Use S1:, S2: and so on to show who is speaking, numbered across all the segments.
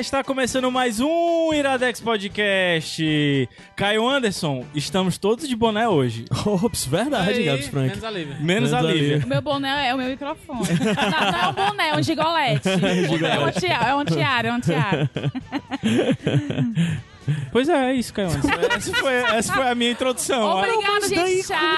S1: Está começando mais um Iradex Podcast. Caio Anderson, estamos todos de boné hoje.
S2: Ops, verdade,
S3: Aí,
S2: Gabs Frank.
S3: Menos a Lívia.
S1: Menos,
S2: Menos
S1: a
S2: a
S1: Lívia.
S4: O meu boné é o meu microfone. não, não é um boné, é um gigolete. é, uma tiara, é uma tiara, é uma tiara.
S1: Pois é, é isso, Caio Anderson. essa, foi, essa foi a minha introdução.
S4: Obrigado,
S2: Mas daí
S4: gente.
S2: continua,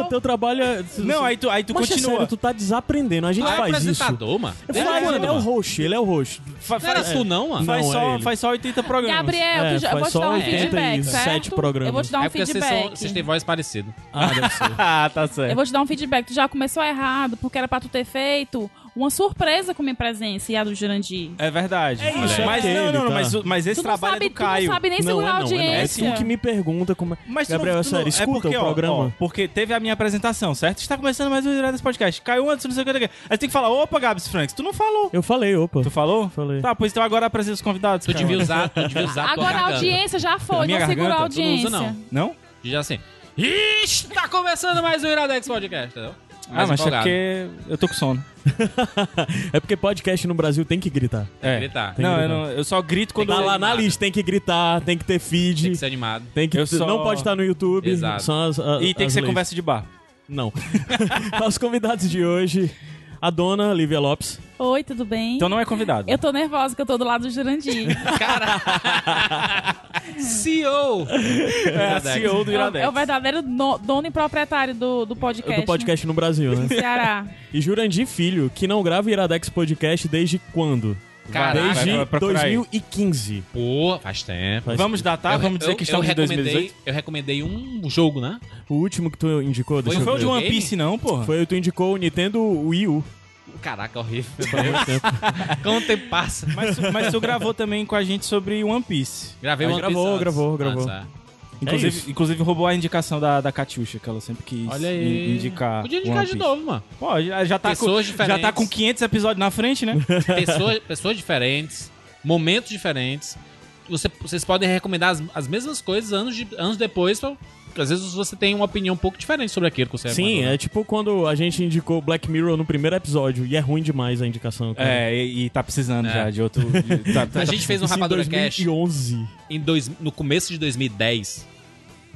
S4: Tchau.
S2: teu trabalho é...
S1: Não, aí tu, aí tu
S2: Mas é
S1: continua.
S2: sério, tu tá desaprendendo, a gente
S3: Ah, é
S2: faz isso.
S3: apresentador, mano.
S2: É,
S3: Desde
S2: faz,
S3: quando,
S2: ele é o
S3: mano?
S2: host, ele é o host.
S1: Fa-
S3: Não era
S1: faz,
S3: tu, não, mano?
S1: faz
S2: Não,
S1: só,
S2: é ele.
S1: faz só 80
S4: né?
S1: programas.
S4: Gabriel,
S2: É,
S4: tu já- eu
S2: faz
S4: vou te dar
S2: só
S4: um feedback,
S2: 87
S4: certo?
S2: programas.
S4: Eu vou te dar um
S3: É porque vocês, são,
S4: feedback.
S3: vocês têm voz parecida.
S2: Ah, deve ser.
S1: Ah, tá certo.
S4: Eu vou te dar um feedback. Tu já começou errado, porque era pra tu ter feito uma surpresa com minha presença e a do Jurandir.
S1: É verdade.
S2: É isso, é
S1: mas
S2: aquele,
S1: não, não, não,
S2: tá.
S1: mas, o- mas esse
S4: tu não
S1: trabalho
S4: sabe,
S1: é do Caio.
S4: Tu não sabe nem
S2: não, é
S4: segurar a
S2: não, é não. É
S4: audiência.
S2: tu que me pergunta como é...
S1: Mas tu
S2: Gabriel,
S1: não,
S2: é
S1: tu
S2: sério,
S1: não-
S2: escuta
S1: porque,
S2: o
S1: ó,
S2: programa.
S1: ó, porque teve a minha apresentação, certo? Está começando mais um Iradex Podcast. Caio Anderson, não sei o que. não sei o que. Aí tu tem que falar, opa, Gabs Franks, tu não falou.
S2: Eu falei, opa.
S1: Tu falou?
S2: Falei.
S1: Tá, pois então agora apresenta os convidados.
S3: Tu
S1: Caio
S3: devia
S1: Anderson.
S3: usar, tu devia usar tua
S4: Agora a
S3: garganta.
S4: audiência já foi,
S1: Minha
S4: não segurou a
S1: garganta, tu
S3: não usa,
S4: audiência.
S3: não.
S1: Não?
S3: Já assim. Ixi, tá começando mais um Iradex Podcast, entendeu?
S1: ah, mas é
S3: empolgado.
S1: porque eu tô com sono.
S2: É porque podcast no Brasil tem que gritar.
S1: É.
S3: gritar.
S2: Tem que
S1: não, eu,
S2: gritar.
S1: não- eu só grito quando.
S2: Tá lá na
S3: animado.
S2: lista, tem que gritar, tem que ter feed,
S3: Tem
S2: tem
S3: que
S2: que,
S3: ser animado.
S1: Eu só-
S2: não pode estar no YouTube.
S3: Exato.
S2: São as, a-
S1: E tem que
S2: as
S1: ser
S2: leis.
S1: conversa de bar.
S2: Não. Os convidados de hoje, a dona Lívia Lopes.
S4: Oi, tudo bem?
S1: Então não é convidado.
S4: Eu tô nervosa que eu tô do lado do Jurandir.
S3: CEO!
S1: É a
S3: Iradex.
S1: CEO do
S4: É o-
S1: Iradex.
S4: É o verdadeiro no- dono e proprietário do, do podcast.
S2: do podcast no Brasil, né?
S4: né? Ceará.
S2: E Jurandir Filho, que não grava o Iradex Podcast desde quando?
S3: Caraca.
S2: desde
S1: vai procurar aí.
S2: 2015.
S3: Pô, faz tempo.
S1: Vamos datar,
S3: Eu-
S1: vamos dizer
S3: eu-
S1: que estamos
S3: eu
S1: em
S3: recomendei-
S1: 2018.
S3: Eu recomendei um jogo, né?
S2: O último que tu indicou,
S3: Foi-
S2: deixa
S1: Não
S2: eu
S1: foi o
S2: ver.
S1: de One
S3: videogame?
S1: Piece, não, porra.
S2: Foi o tu indicou o Nintendo Wii U.
S3: Caraca, horrível. Quanto tempo passa?
S1: Mas, mas tu gravou também com a gente sobre One Piece.
S3: Gravei
S2: Aí
S3: uma Ah,
S2: gravou, gravou, gravou.
S3: tá.
S1: Inclusive,
S2: É isso.
S1: inclusive roubou a indicação da, da Catiuxa, que ela sempre quis
S3: Olha aí.
S1: in- indicar.
S3: Podia indicar
S1: One
S3: de
S1: Piece.
S3: novo, mano.
S1: Pô, já, já tá com,
S3: Pessoas
S1: já tá
S3: diferentes.
S1: com 500 episódios na frente, né?
S3: Pessoas, pessoas diferentes, momentos diferentes. Você- vocês podem recomendar as, as mesmas coisas anos, de- anos depois. pra- porque às vezes você tem uma opinião um pouco diferente sobre aquilo que você
S2: Sim,
S3: recomendou.
S2: é tipo quando a gente indicou Black Mirror no primeiro episódio e é ruim demais a indicação. cara.
S1: É, e, e tá precisando
S3: É.
S1: já de outro. de- tá- tá-
S3: A gente fez um
S2: Isso em
S3: Rapadura Cash
S2: 2011.
S3: em dois, no começo de 2010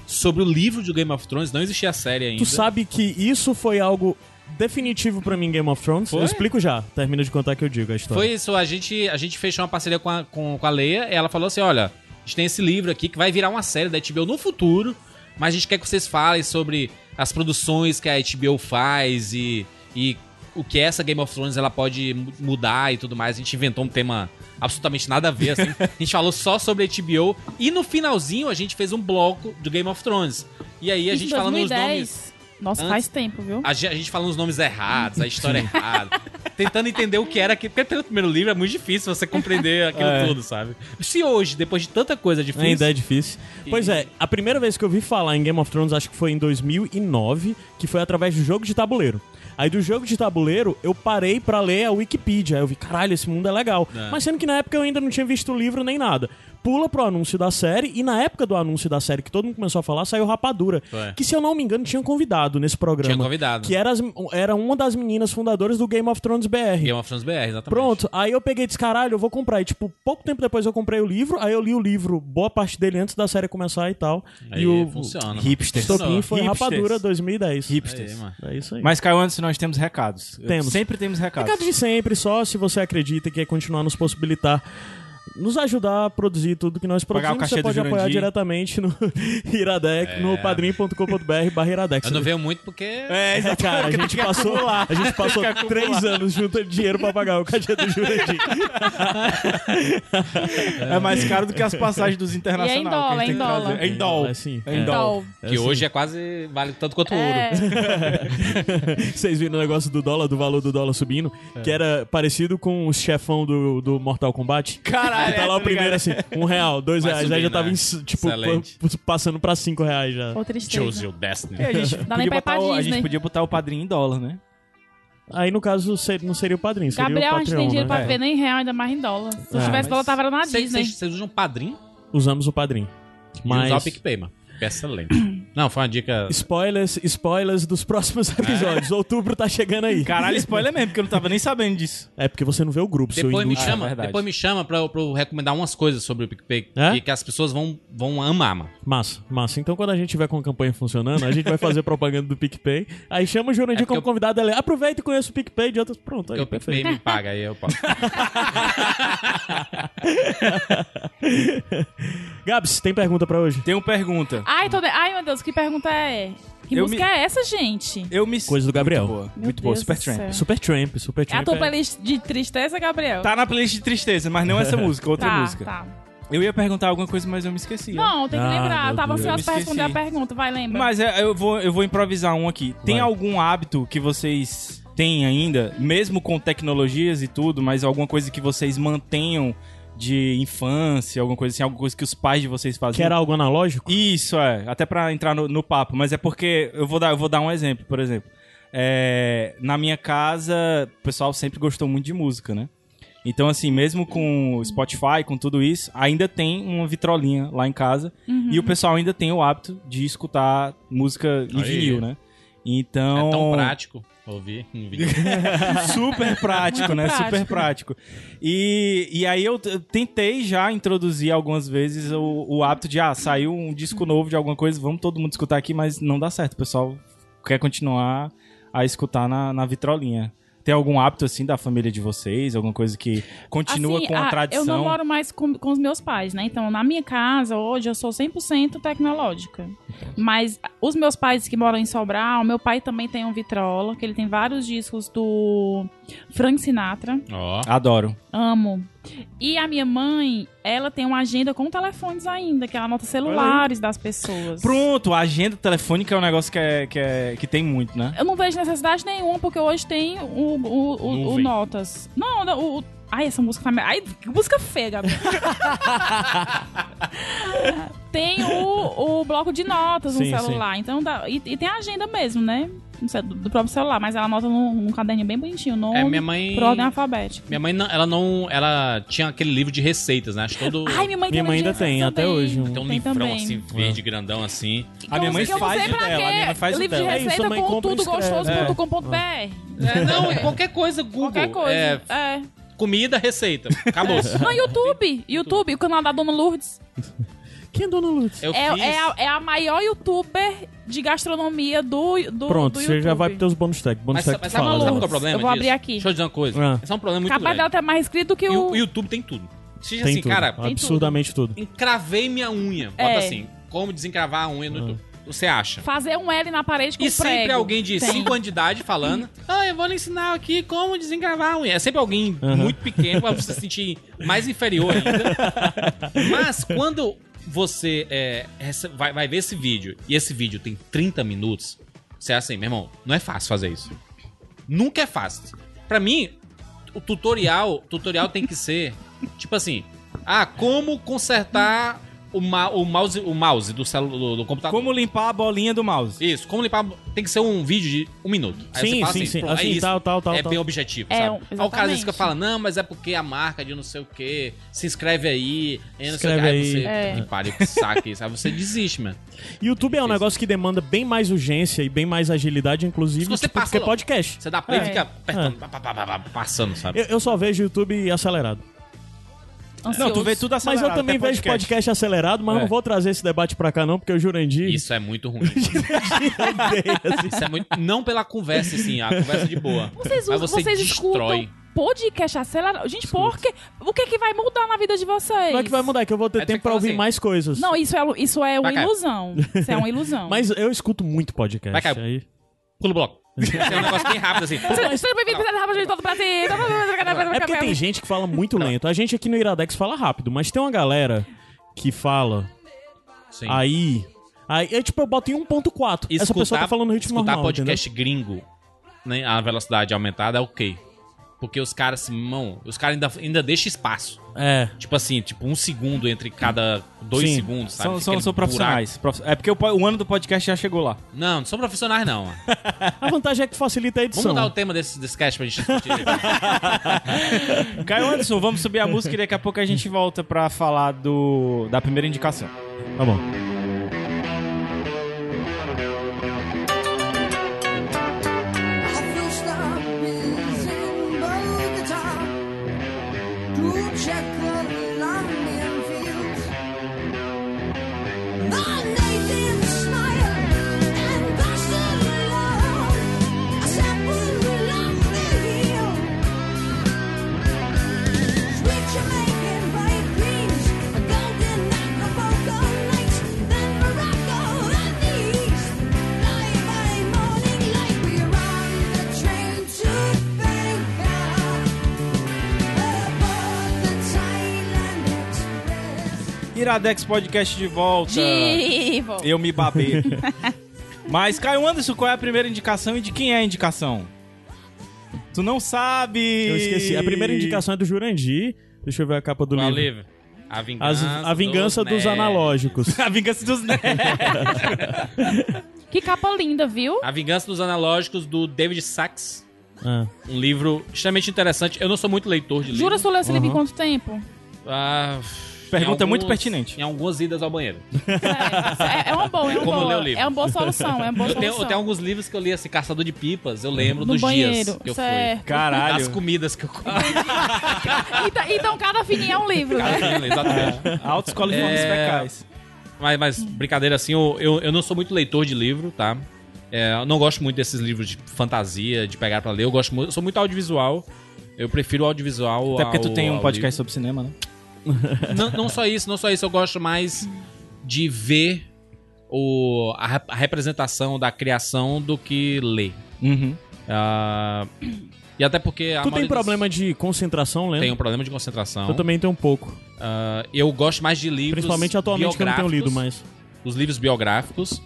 S3: sobre o livro de Game of Thrones. Não existia a série ainda.
S2: Tu sabe que isso foi algo definitivo pra mim em Game of Thrones?
S3: Foi?
S2: Eu explico já. Termina de contar que eu digo a história.
S3: Foi isso, a gente, a gente fechou uma parceria com a, com, com a Leia e ela falou assim: olha, a gente tem esse livro aqui que vai virar uma série da HBO no futuro, mas a gente quer que vocês falem sobre as produções que a HBO faz e, e o que essa Game of Thrones ela pode mu- mudar e tudo mais. A gente inventou um tema absolutamente nada a ver, assim. A gente falou só sobre a HBO e no finalzinho a gente fez um bloco do Game of Thrones. E aí a gente
S4: Isso,
S3: falando os nomes.
S4: 2010. Nossa,
S3: Antes-
S4: faz tempo, viu?
S3: A gen- a gente, falando os nomes errados, a história é errada. Tentando entender o que era aquilo. Porque pelo primeiro livro é muito difícil você compreender aquilo
S2: É.
S3: tudo, sabe? Se hoje, depois de tanta coisa difícil.
S2: Ainda é difícil. Pois é, a primeira vez que eu vi falar em Game of Thrones, acho que foi em 2009, que foi através do jogo de tabuleiro. Aí do jogo de tabuleiro, eu parei pra ler a Wikipedia. Aí eu vi, caralho, esse mundo é legal. Mas sendo que na época eu ainda não tinha visto o livro nem nada. Pula pro anúncio da série, e na época do anúncio da série que todo mundo começou a falar, saiu Rapadura.
S3: Foi.
S2: Que se eu não me engano, tinha um convidado nesse programa.
S3: Tinha convidado.
S2: Que é era, as- era uma das meninas fundadoras do Game of Thrones BR.
S3: Game of Thrones BR, exatamente.
S2: Pronto, aí eu peguei e disse, caralho, eu vou comprar. E, tipo, pouco tempo depois eu comprei o livro, aí eu li o livro, boa parte dele antes da série começar e tal.
S3: Aí
S2: e o
S3: funciona. mano.
S1: Hipsters.
S2: estopim foi
S1: Hipsters.
S2: Rapadura 2010.
S3: Aí,
S1: Hipsters.
S3: mano.
S2: É isso aí.
S1: Mas, Caio Anderson, nós temos recados.
S2: Temos.
S1: Sempre temos recados.
S2: Recado de sempre, só se você acredita e quer continuar nos possibilitar nos ajudar a produzir tudo que nós
S1: Pagar o
S2: produzimos,
S1: cachê do
S2: você pode apoiar
S1: Jurandir.
S2: diretamente no Iradec, no padrim.com.br barra Iradex.
S3: Eu não venho muito porque.
S1: É,
S2: É,
S1: exatamente.
S2: cara, a gente passou, a gente passou
S1: Tem que acumular.
S2: três anos juntando dinheiro pra pagar o cachê do Jurandir.
S1: É mais caro do que as passagens dos
S4: E é em
S1: internacionais.
S4: dólar,
S1: que a gente
S4: em
S1: tem que
S4: dólar.
S1: trazer. É em dólar.
S2: É, sim.
S1: É em
S2: É.
S1: dólar.
S4: Então,
S3: Que hoje é quase. Vale tanto quanto
S4: é,
S3: ouro.
S2: Vocês viram o negócio do dólar, do valor do dólar subindo, que era parecido com o chefão do, do Mortal Kombat?
S3: Ah,
S1: Caralho,
S2: Aí tá lá o
S1: Tá
S2: primeiro
S1: ligado?
S2: assim, um real, dois
S3: é, Vai
S2: reais. Aí já
S3: subindo,
S2: tava,
S3: né?
S2: em s- tipo,
S3: Excelente.
S2: pa- passando pra cinco reais já.
S4: Ou tristeza.
S3: Choose your destiny.
S1: E a gente,
S4: Dá nem
S1: podia
S4: pra ir pra
S1: botar o, a gente
S4: Disney.
S1: podia botar o padrinho em dólar, né?
S2: Aí, no caso, ser- não seria o padrinho, seria
S4: Gabriel,
S2: o
S4: a gente
S2: Patreon,
S4: tem dinheiro
S2: né?
S4: pra ver nem real, ainda mais em dólar. Se eu
S1: É,
S4: tivesse dólar,
S1: mas-
S4: tava na
S3: Vocês
S4: Disney.
S3: vocês usam padrinho
S2: Usamos o padrinho.
S3: e usar o
S2: Mas...
S3: PicPay, mano. Excelente. Não, foi uma dica.
S2: Spoilers, spoilers dos próximos
S3: É.
S2: episódios. Outubro tá chegando aí.
S1: Caralho, spoiler mesmo, porque eu não tava nem sabendo disso.
S2: É porque você não vê o grupo, seu
S3: Depois me,
S2: inútil.
S3: chama,
S1: é verdade.
S3: depois me chama pra eu, pra eu recomendar umas coisas sobre o PicPay
S2: É?
S3: que, que as pessoas vão, vão amar, mano.
S2: Massa, massa. Então quando a gente tiver com a campanha funcionando, a gente vai fazer propaganda do PicPay. Aí chama o Jurandir
S3: É porque
S2: como
S3: eu-
S2: convidado. Ele aproveita e conhece o PicPay de outras. Pronto,
S3: Porque
S2: aí,
S3: o PicPay
S2: perfeito.
S3: me paga, aí eu pago.
S2: Gabs, tem pergunta pra hoje?
S1: Tem uma pergunta.
S4: Ai, tô de- Ai, meu Deus, que pergunta é? Que
S1: Eu
S4: música
S1: me-
S4: é essa, gente?
S1: Eu me...
S2: Coisa do Gabriel.
S1: Muito boa,
S4: Meu
S1: muito boa
S4: Deus
S1: Super
S4: do
S1: Tramp.
S4: céu.
S2: Supertramp, Supertramp.
S4: É a tua playlist de tristeza, Gabriel?
S1: Tá na playlist de tristeza, mas não essa música, outra
S4: tá,
S1: música.
S4: tá.
S1: Eu ia perguntar alguma coisa, mas eu me esqueci. ó.
S4: Não, tem que
S2: Ah,
S4: lembrar.
S2: meu
S4: Eu tava
S2: Deus.
S4: ansioso pra
S1: Eu me
S4: responder a
S1: esqueci.
S4: pergunta. Vai, lembra.
S1: Mas é, eu, vou, eu vou improvisar um aqui. Tem
S2: Vai.
S1: algum hábito que vocês têm ainda, mesmo com tecnologias e tudo, mas alguma coisa que vocês mantenham de infância, alguma coisa assim, alguma coisa que os pais de vocês
S2: Que
S1: faziam?
S2: era algo analógico?
S1: Isso, é. Até pra entrar no, no papo, mas é porque eu vou dar, eu vou dar um exemplo, por exemplo. É, na minha casa, o pessoal sempre gostou muito de música, né? Então, assim, mesmo com o Spotify, com tudo isso, ainda tem uma vitrolinha lá em casa. E o pessoal ainda tem o hábito de escutar música em
S3: Aí.
S1: vinil, né? Então.
S3: É tão prático ouvir um vídeo.
S1: Super prático,
S4: Muito
S1: né?
S4: prático.
S1: Super prático. E, e aí eu t- tentei já introduzir algumas vezes o, o hábito de, ah, saiu um disco novo de alguma coisa, vamos todo mundo escutar aqui, mas não dá certo. O pessoal quer continuar a escutar na, na vitrolinha. Tem algum hábito, assim, da família de vocês? Alguma coisa que continua
S4: Assim,
S1: com a,
S4: ah,
S1: tradição?
S4: Eu não moro mais com, com os meus pais, né? Então, na minha casa, hoje, eu sou 100% tecnológica. Mas os meus pais que moram em Sobral, meu pai também tem um vitrola, que ele tem vários discos do Frank Sinatra.
S3: Ó.
S1: Adoro.
S4: Amo. E a minha mãe, ela tem uma agenda com telefones ainda, que ela anota celulares das pessoas.
S1: Pronto, a agenda telefônica é um negócio que, é, que, é- que tem muito, né?
S4: Eu não vejo necessidade nenhuma, porque hoje tem o, o, o, o
S3: Nuvem.
S4: Notas. Não, não, o. o- Ai, essa música tá. me- Ai, que música feia, Gabriel. tem o, o bloco de notas
S2: Sim,
S4: no celular. Então dá- e, e tem a agenda mesmo, né? No ce- Do, do próprio celular, mas ela anota num, num caderninho bem bonitinho, o nome
S3: É, minha mãe.
S4: por ordem alfabética.
S3: Minha mãe, não, ela não. Ela tinha aquele livro de receitas, né? Acho que todo.
S4: Ai, minha mãe,
S2: Minha
S4: tem
S2: mãe
S4: uma
S2: ainda
S4: agenda
S2: tem, até
S4: também.
S2: hoje, um-
S3: tem um
S4: tem
S3: livrão
S4: também.
S3: assim,
S2: É.
S3: verde, grandão assim.
S1: A minha
S4: eu-
S1: mãe
S4: que eu não
S1: faz
S4: sei
S1: o
S4: pra
S1: dela,
S4: quê.
S1: a minha mãe faz o
S4: Livro
S1: dela.
S4: de
S2: É isso, a
S4: receita
S2: mãe
S4: com
S2: compra e
S4: tudo
S2: escreve.
S4: gostoso.com.br.
S3: É, não, qualquer coisa, Google.
S4: Qualquer coisa.
S3: É,
S4: é.
S3: comida, receita. Acabou.
S4: Não, YouTube. YouTube, o canal da Dona Lourdes.
S2: Quem é Dona Lourdes?
S3: Eu
S4: É,
S3: fiz.
S4: é a, é a maior youtuber de gastronomia do, do
S2: Pronto,
S4: do
S2: você já
S4: YouTube.
S2: vai pros bônus tag. Bônus
S3: Mas,
S2: tag
S3: sabe,
S2: tu
S3: sabe
S2: fala.
S4: maluco.
S3: qual é o
S2: Gabs.
S3: problema
S4: Eu vou
S3: disso?
S4: abrir aqui. um.
S3: Deixa eu dizer uma coisa.
S2: Ah.
S3: Esse é um problema muito
S4: Capaz
S3: grande.
S4: dela ter mais inscrito que
S3: E o
S4: o...
S3: o YouTube tem tudo. Seja
S2: Tem
S3: assim,
S2: tudo, Ah.
S3: cara,
S2: absurdamente tudo.
S3: encravei minha unha. Bota
S4: É.
S3: assim, como desencravar a unha no YouTube. Você acha?
S4: Fazer um L na parede com
S3: E
S4: um prego.
S3: sempre alguém de
S4: Tem.
S3: 5 anos de idade falando, ah, eu vou lhe ensinar aqui como desengravar a unha. É sempre alguém
S2: Aham.
S3: muito pequeno pra você se sentir mais inferior ainda. Mas quando você é, rece- vai, vai ver esse vídeo e esse vídeo tem 30 minutos, você é assim, meu irmão, não é fácil fazer isso. Nunca é fácil. Pra mim, o tutorial, tutorial tem que ser tipo assim, ah, como consertar o, ma- o mouse, o mouse do, celu- do, do
S2: Tá
S3: computador.
S1: Como limpar a bolinha do mouse.
S3: Isso, como limpar. Tem que ser um vídeo de um minuto. Aí
S2: Sim,
S3: você fala
S2: sim, sim.
S3: pronto, é
S2: Assim,
S3: isso.
S2: tal, tal, tal.
S3: é
S2: tal.
S3: bem objetivo,
S4: É, um-
S3: sabe? Aí o cara às vezes
S4: exatamente.
S3: fica falando, não, mas é porque a marca de não sei o quê, se inscreve aí, é não
S2: Escreve
S3: sei o quê.
S2: aí.
S3: Aí você,
S4: É.
S3: puta que pariu, que saco isso. Aí você desiste, mano.
S2: YouTube é um
S3: Isso.
S2: negócio que demanda bem mais urgência e bem mais agilidade, inclusive,
S3: Se você
S2: tipo,
S3: passa
S2: porque é
S3: logo.
S2: podcast.
S3: Você dá play e
S4: É.
S3: fica apertando, pá, pá, pá, pá, passando, sabe?
S2: Eu, eu só vejo YouTube acelerado.
S4: Ansioso.
S1: Não, tu vê tudo
S2: Mas
S1: acelerado.
S2: eu também
S1: até
S2: vejo podcast acelerado, mas eu
S1: É.
S2: não vou trazer esse debate pra cá, não, porque o Jurandir.
S3: Isso é muito ruim.
S2: odeia, assim.
S3: Isso é muito. Não pela conversa, assim, a conversa de boa.
S4: Vocês,
S3: mas
S4: usam,
S3: você
S4: vocês
S3: destrói.
S4: escutam podcast acelerado. Gente, por quê? O que que vai mudar na vida de vocês?
S2: Não é que vai mudar, é que eu vou ter
S3: Aí tu
S2: tempo
S3: fica
S2: pra ouvir
S3: assim.
S2: mais coisas.
S4: Não, isso é, isso é uma
S3: Vai, Caio.
S4: ilusão. Isso é uma ilusão.
S2: Mas eu escuto muito podcast.
S3: Vai, Caio.
S2: aí.
S3: Pula o bloco. Esse é um negócio bem rápido, assim.
S4: Seja bem-vindo para a Rádio de Todo o Brasil.
S2: É porque tem gente que fala muito lento. A gente aqui no Iradex fala rápido, mas tem uma galera que fala
S3: Sim.
S2: aí. Aí, eu, tipo, eu boto em 1.4. Essa pessoa tá falando no ritmo
S3: escutar
S2: normal.
S3: podcast gringo, né, a velocidade aumentada é ok. Porque os caras, assim, mão, os caras ainda, ainda deixam espaço.
S2: É.
S3: Tipo assim, tipo um segundo entre cada dois
S2: Sim.
S3: segundos, sabe?
S1: São,
S3: Fica
S1: são,
S3: aquele
S1: são profissionais. Profi- É porque o, po- o ano do podcast já chegou lá.
S3: buraco. Não, não são profissionais, não. mano.
S2: A vantagem é que facilita a edição.
S3: Vamos mudar o tema desse, desse cast pra gente discutir.
S1: Caio Anderson, vamos subir a música e daqui a pouco a gente volta pra falar do, da primeira indicação.
S2: Tá bom.
S5: I feel stop is in Bogota. Blue checker London fields. My native smile and Barcelona. I said we belong here. Sweet Jamaican white dreams, a golden Acapulco nights, then Morocco and the East. Night by morning light, we're on the train to Bangkok aboard the Thailand Express.
S1: Iradex Podcast de volta.
S4: Divo!
S1: Eu me babei. Mas, Caio Anderson, qual é a primeira indicação e de quem é a indicação? Tu não sabe!
S2: Eu esqueci. A primeira indicação é do Jurandir. Deixa eu ver a capa do
S3: Qual
S2: livro.
S3: livro? A
S2: As-
S3: vingança, né,
S2: a vingança dos,
S3: nerds.
S2: analógicos. É.
S1: A vingança dos nerds.
S4: Que capa linda, viu?
S3: A vingança dos analógicos do David Sachs.
S2: Ah.
S3: Um livro extremamente interessante. Eu não sou muito leitor de
S4: Jura
S3: livro.
S4: se eu leu esse livro em quanto tempo?
S3: Ah,
S1: Pergunta
S3: em
S1: muito pertinente.
S3: Em algumas idas ao banheiro.
S4: É, é uma boa, é uma
S3: Como eu
S4: boa.
S3: leio o livro.
S4: É uma boa solução, é uma boa
S3: Eu tenho,
S4: solução.
S3: eu tenho alguns livros que eu li, assim, Caçador de Pipas, eu lembro
S4: No
S3: dos
S4: banheiro,
S3: dias que eu
S4: certo.
S3: fui.
S1: Caralho.
S3: Das comidas que eu comi.
S4: Então, então cada fininho é um livro, né?
S3: Assim, Exatamente.
S1: Autoescola de formas
S3: É.
S1: fecais.
S3: Mas, mas, brincadeira, assim, eu, eu, eu não sou muito leitor de livro, tá? É, eu não gosto muito desses livros de fantasia, de pegar pra ler. Eu gosto muito, eu sou muito audiovisual. Eu prefiro o audiovisual.
S1: Até porque
S3: ao-
S1: tu tem um
S3: ao
S1: podcast sobre cinema, né?
S3: não, não só isso, não só isso. Eu gosto mais de ver o, a, rep- a representação da criação do que ler.
S1: Uhum.
S3: Ah, e até porque. a
S2: Tu tem
S3: maioria dos-
S2: problema de concentração, Leandro?
S3: Tem um problema de concentração.
S2: Né? Eu também tenho um pouco.
S3: Ah, eu gosto mais de livros.
S2: Principalmente atualmente que eu não tenho lido
S3: biográficos,
S2: mais.
S3: Os livros biográficos.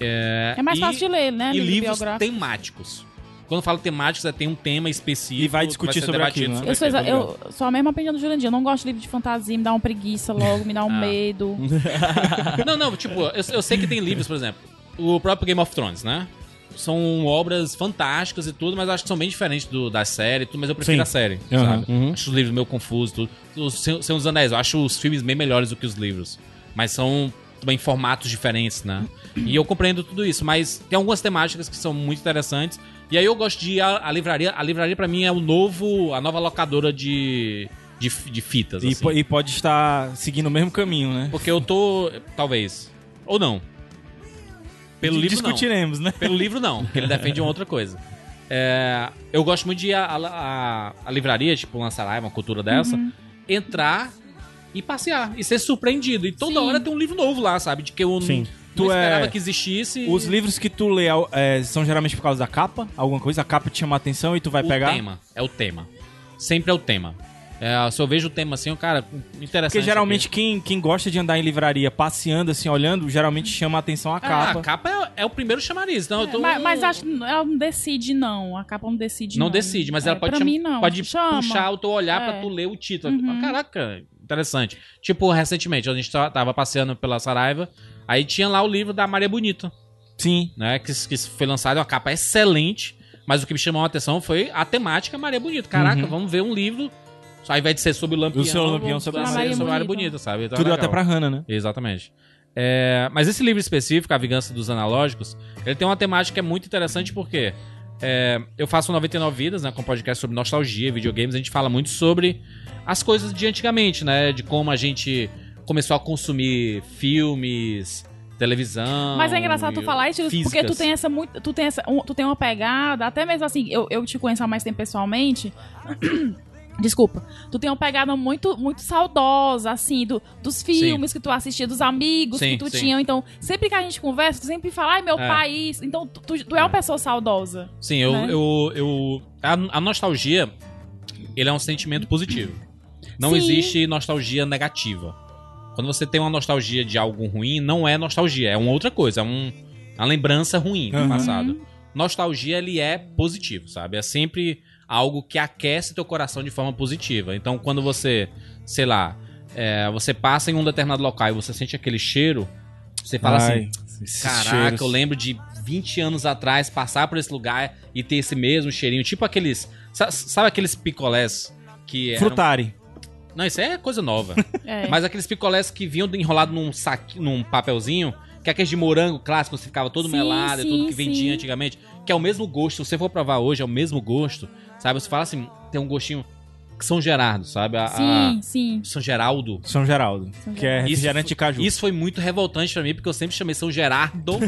S3: É,
S4: É mais
S3: e-
S4: fácil de ler, né?
S3: E
S4: livro
S3: livros
S4: biográfico.
S3: temáticos. Quando eu falo temáticos, é tem um tema específico.
S1: E vai
S3: que
S1: discutir
S3: ser
S1: sobre
S3: debatido
S1: aquilo, né?
S4: Eu sou, exa-
S3: aquilo.
S4: eu sou a mesma opinião do Jurandir. Eu não gosto de livro de fantasia, me dá uma preguiça logo, me dá um
S3: Ah.
S4: medo.
S3: Não, não, tipo, eu, eu sei que tem livros, por exemplo. O próprio Game of Thrones, né? São obras fantásticas e tudo, mas acho que são bem diferentes do, da série, e tudo, mas eu prefiro
S2: Sim.
S3: a série,
S1: Aham.
S3: sabe? Acho os livros meio confusos, tudo. Os Senhor Senhor dos Anéis, eu acho os filmes bem melhores do que os livros. Mas são também formatos diferentes, né? E eu compreendo tudo isso, mas tem algumas temáticas que são muito interessantes. E aí eu gosto de ir à, à livraria. A livraria, pra mim, é o novo, a nova locadora de, de, de fitas.
S1: E,
S3: assim.
S1: po- e pode estar seguindo o mesmo caminho, né?
S3: Porque eu tô. Talvez. Ou não. Pelo livro não.
S1: Discutiremos, né?
S3: Pelo livro não, porque ele defende uma outra coisa. É, eu gosto muito de ir à à- à- à livraria, tipo uma Saraiva, uma cultura dessa,
S4: Uhum.
S3: entrar e passear. E ser surpreendido. E toda
S4: Sim.
S3: hora tem um livro novo lá, sabe? De que eu
S2: Sim.
S3: não,
S1: Tu
S3: não esperava
S1: é-
S3: que existisse.
S1: Os livros que tu lê é, são geralmente por causa da capa, alguma coisa, a capa te chama a atenção e tu vai
S3: o
S1: pegar.
S3: tema. É o tema. Sempre é o tema. É, se eu vejo o tema assim, eu, cara, interessante.
S1: Porque geralmente
S3: isso
S1: quem, quem gosta de andar em livraria passeando, assim, olhando, geralmente chama a atenção a
S3: aqui. Ah,
S1: capa.
S3: a capa é, é o primeiro chamariz. Então eu tô...
S4: Mas, mas acho que ela não decide, não. A capa não decide, não.
S3: Não decide, mas
S4: É,
S3: ela pode,
S4: pra
S3: cham-
S4: mim, não.
S3: pode
S4: Chama.
S3: puxar o teu olhar
S4: É. Uhum.
S3: pra tu ler o título. Ah, Caraca, interessante. Tipo, recentemente, a gente ta- tava passeando pela Saraiva, aí tinha lá o livro da Maria Bonita,
S1: Sim.
S3: né? Que, que foi lançado, é uma capa excelente, mas o que me chamou a atenção foi a temática Maria Bonita. Caraca, vamos ver um livro, só ao invés de ser sobre o Lampião,
S1: O seu Lampião
S3: vamos
S1: Uhum. sobre
S4: a
S3: ser
S4: Maria
S3: sobre a Maria
S4: Bonita.
S3: Bonita, sabe? Então é
S1: Tudo
S3: legal.
S1: até pra Hannah, né?
S3: Exatamente. É, mas esse livro específico, A Vingança dos Analógicos, ele tem uma temática que é muito interessante porque é, eu faço um 99 Vidas, né, com um podcast sobre nostalgia, videogames, a gente fala muito sobre as coisas de antigamente, né, de como a gente começou a consumir filmes, televisão...
S4: Mas é engraçado tu
S3: e
S4: falar isso, porque tu
S3: físicas.
S4: tem essa muito, tu tem essa, um- tu tem uma pegada, até mesmo assim, eu, eu te conheço há mais tempo pessoalmente. Desculpa. Tu tem uma pegada muito muito saudosa assim do, dos filmes que tu assistia, dos amigos
S3: Sim,
S4: que tu
S3: sim.
S4: tinha, então sempre que a gente conversa, tu sempre fala, ai, meu
S3: É.
S4: pai, isso. Então tu, tu, tu é uma pessoa saudosa.
S3: Sim, eu...
S4: né?
S3: eu, eu a, a nostalgia, ele é um sentimento positivo. Não
S4: Sim.
S3: existe nostalgia negativa. Quando você tem uma nostalgia de algo ruim, não é nostalgia, é uma outra coisa, é um, uma lembrança ruim do
S1: Uhum.
S3: passado. Nostalgia, ele é positivo, sabe? É sempre algo que aquece teu coração de forma positiva. Então, quando você, sei lá, é, você passa em um determinado local e você sente aquele cheiro, você fala assim, Caraca, eu lembro de 20 anos atrás passar por esse lugar e ter esse mesmo cheirinho. Tipo aqueles. sa- Sabe aqueles picolés que. um eram-
S1: Frutari.
S3: Não, isso é coisa nova.
S4: É.
S3: Mas aqueles picolés que vinham enrolados num saque, num papelzinho, que é aqueles de morango clássico, você ficava todo
S4: Sim,
S3: melado e
S4: sim,
S3: tudo que vendia
S4: sim.
S3: antigamente, que é o mesmo gosto. Se você for provar hoje, é o mesmo gosto. Sabe? Você fala assim, tem um gostinho. São Gerardo, sabe? A- a-
S4: Sim, sim.
S3: São Geraldo.
S1: São Geraldo.
S4: São
S1: Que é
S3: Isso
S1: refrigerante de caju.
S3: Isso foi muito revoltante pra mim, porque eu sempre chamei São Gerardo.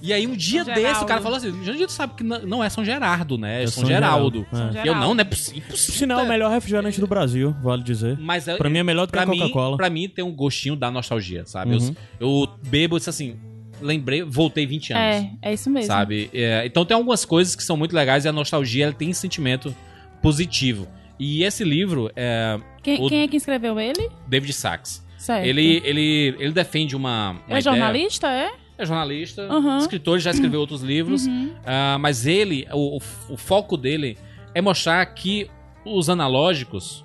S3: e aí um dia
S4: São
S3: desse
S4: Geraldo.
S3: o cara falou assim: Jandir, tu sabe que n- não é São Gerardo, né? É,
S2: É
S3: São,
S2: São
S3: Geraldo.
S2: Geraldo,
S4: é.
S3: E eu não, não é possi- impossível.
S2: Por sinal, é o melhor refrigerante do Brasil, vale dizer.
S3: Mas é-
S2: Pra mim é melhor do que
S3: pra
S2: a
S3: mim,
S2: Coca-Cola.
S3: pra mim tem um gostinho da nostalgia, sabe? Eu-
S2: Uhum.
S3: Eu, bebo isso assim, lembrei, voltei 20 anos.
S4: É, é isso mesmo.
S3: Sabe? É, então tem algumas coisas que são muito legais e a nostalgia ela tem esse sentimento positivo. E esse livro é
S4: Quem,
S3: O-
S4: quem é que escreveu ele?
S3: David Sachs.
S4: Certo.
S3: Ele, ele, ele defende uma. uma
S4: é
S3: ideia-
S4: jornalista, é?
S3: É jornalista,
S4: Aham.
S3: escritor, já escreveu outros livros.
S4: Uhum.
S3: ah, mas ele, o, o- o foco dele é mostrar que os analógicos,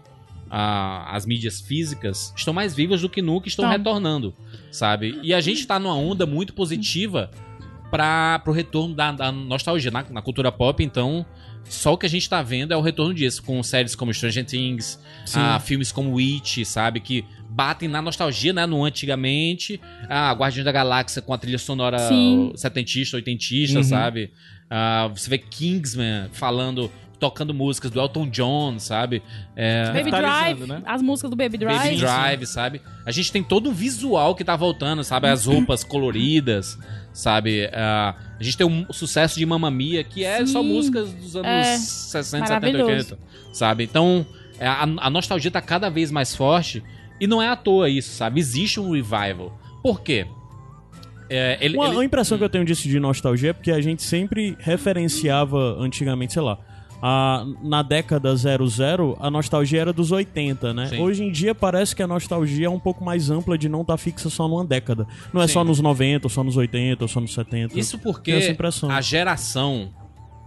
S3: ah, as mídias físicas, estão mais vivas do que nunca, estão
S4: Tá.
S3: retornando, sabe? E a gente está numa onda muito positiva para o retorno da, da nostalgia na, na cultura pop, então. Só o que a gente tá vendo é o retorno disso, com séries como Stranger Things, ah, filmes como Witch, sabe? Que batem na nostalgia, né? No antigamente. Ah, Guardiões da Galáxia com a trilha sonora
S4: Sim.
S3: setentista, oitentista,
S1: Uhum.
S3: sabe? Ah, você vê Kingsman falando, tocando músicas do Elton John, sabe? É,
S4: Baby
S1: Revitalizando,
S4: Drive,
S1: né?
S4: as músicas do Baby Drive.
S3: Baby Drive, sabe? A gente tem todo um visual que tá voltando, sabe? As roupas coloridas, sabe? Ah, a gente tem o sucesso de Mamma Mia, que é só
S4: Sim.
S3: músicas dos anos
S4: É.
S3: 60, 70,
S4: Maravilhoso.
S3: 80, sabe? Então, é, a, a nostalgia tá cada vez mais forte e não é à toa isso, sabe? Existe um revival. Por quê? É, ele-
S2: Uma,
S3: ele-
S2: uma impressão que eu tenho disso de nostalgia é porque a gente sempre referenciava antigamente, sei lá, a- na década 00, a nostalgia era dos 80, né?
S3: Sim.
S2: Hoje em dia parece que a nostalgia é um pouco mais ampla de não estar fixa só numa década. Não é
S3: Sim.
S2: só nos 90, ou só nos 80, ou só nos 70.
S3: Isso porque
S2: Tenho essa impressão.
S3: a geração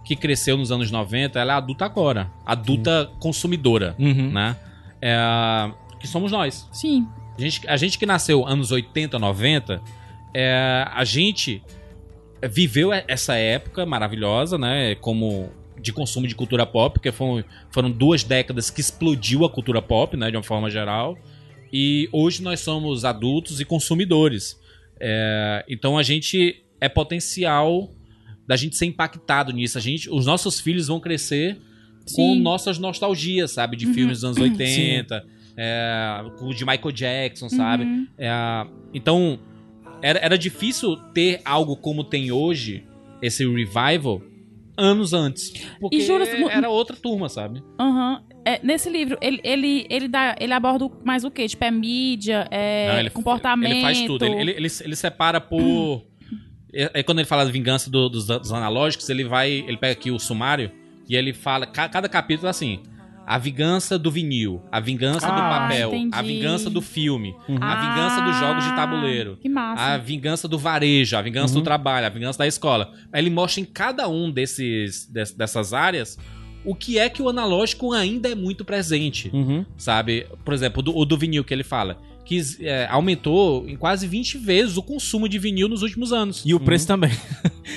S3: que cresceu nos anos 90, ela é adulta agora. Adulta consumidora,
S1: Uhum.
S3: né? É, que somos nós.
S4: Sim.
S3: A gente, a gente que nasceu anos 80, 90, é, a gente viveu e- essa época maravilhosa, né? Como de consumo de cultura pop, porque foram, foram duas décadas que explodiu a cultura pop, né? De uma forma geral. E hoje nós somos adultos e consumidores. É, então a gente é potencial da gente ser impactado nisso. A gente, os nossos filhos vão crescer com
S4: Sim.
S3: nossas nostalgias, sabe? De filmes dos anos 80, é, com o de Michael Jackson, sabe?
S4: Uhum.
S3: É, então, era, era difícil ter algo como tem hoje, esse revival, anos antes. Porque
S4: E jura-
S3: era outra turma, sabe?
S4: Aham. É, nesse livro, ele, ele, ele, dá, ele aborda o- mais o quê? Tipo, é mídia, é
S3: Não, ele-
S4: comportamento. Uhum.
S3: Ele faz tudo. Ele, ele, ele, ele separa por. É, é quando ele fala da vingança do- dos, dos analógicos, ele vai. Ele pega aqui o sumário e ele fala. ca- Cada capítulo é assim. A vingança do vinil, a vingança do
S1: Ah,
S3: papel, a
S4: entendi.
S3: vingança do filme, é a
S4: Ah,
S3: vingança dos jogos de tabuleiro.
S4: Que massa.
S3: A vingança do varejo, a vingança do trabalho, a vingança da escola. Aí Ele mostra em cada um desses, des- dessas áreas o que é que o analógico ainda é muito presente,
S2: Uhum.
S3: sabe? Por exemplo, do- o do vinil que ele fala, que é, aumentou em quase 20 vezes o consumo de vinil nos últimos anos.
S1: E o preço também.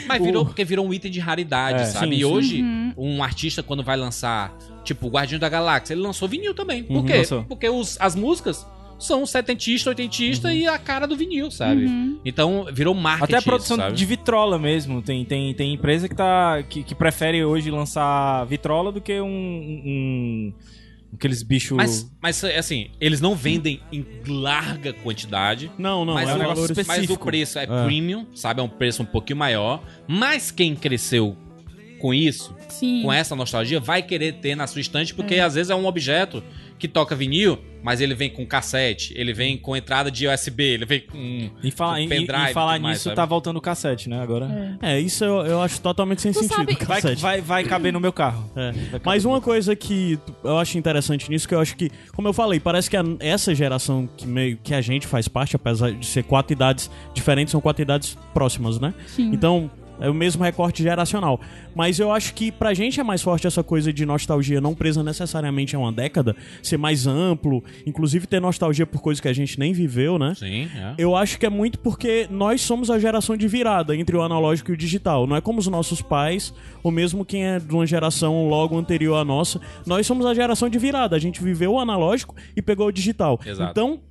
S3: Mas virou porque virou um item de raridade,
S1: É,
S3: sabe?
S2: sim,
S3: e
S2: sim.
S3: hoje,
S4: Uhum.
S3: um artista quando vai lançar, tipo, o Guardião da Galáxia, ele lançou vinil também. Por
S2: Uhum,
S3: quê?
S1: lançou.
S3: Porque os- as músicas são setentista, oitentista e a cara do vinil, sabe?
S4: Uhum.
S3: Então virou marketing.
S1: Até a produção
S3: sabe?
S1: de vitrola mesmo. Tem, tem, tem empresa que, tá, que, que prefere hoje lançar vitrola do que um. um- um- aqueles bichos.
S3: Mas, mas assim, eles não vendem em larga quantidade.
S2: Não, não,
S3: mas,
S2: é
S3: o,
S2: um
S1: negócio
S2: valor
S1: espe-
S3: mas o
S1: específico.
S3: preço é, premium, sabe? É um preço um pouquinho maior. Mas quem cresceu com isso,
S4: Sim.
S3: com essa nostalgia, vai querer ter na sua estante, porque às vezes é um objeto que toca vinil, mas ele vem com cassete, ele vem com entrada de USB, ele vem com. um.
S1: Em falar, em, em
S3: Tipo pendrive e
S1: falar
S3: tudo mais,
S1: nisso,
S3: sabe?
S1: tá voltando o cassete, né? Agora.
S4: É.
S2: É, isso eu, eu acho totalmente sem
S4: Tu
S2: sentido,
S4: sabe-
S1: Vai,
S2: cacete.
S1: vai, vai caber no meu carro.
S2: É.
S1: Vai caber
S2: Mas
S1: no
S2: uma
S1: meu
S2: coisa que eu acho interessante nisso, que eu acho que, como eu falei, parece que a- essa geração que meio que a gente faz parte, apesar de ser quatro idades diferentes, são quatro idades próximas, né?
S4: Sim.
S2: Então, É o mesmo recorte geracional. Mas eu acho que pra gente é mais forte essa coisa de nostalgia não presa necessariamente a uma década, ser mais amplo, inclusive ter nostalgia por coisas que a gente nem viveu, né?
S3: Sim, é.
S2: Eu acho que é muito porque nós somos a geração de virada entre o analógico e o digital. Não é como os nossos pais, ou mesmo quem é de uma geração logo anterior à nossa. Nós somos a geração de virada. A gente viveu o analógico e pegou o digital.
S3: Exato.
S2: Então,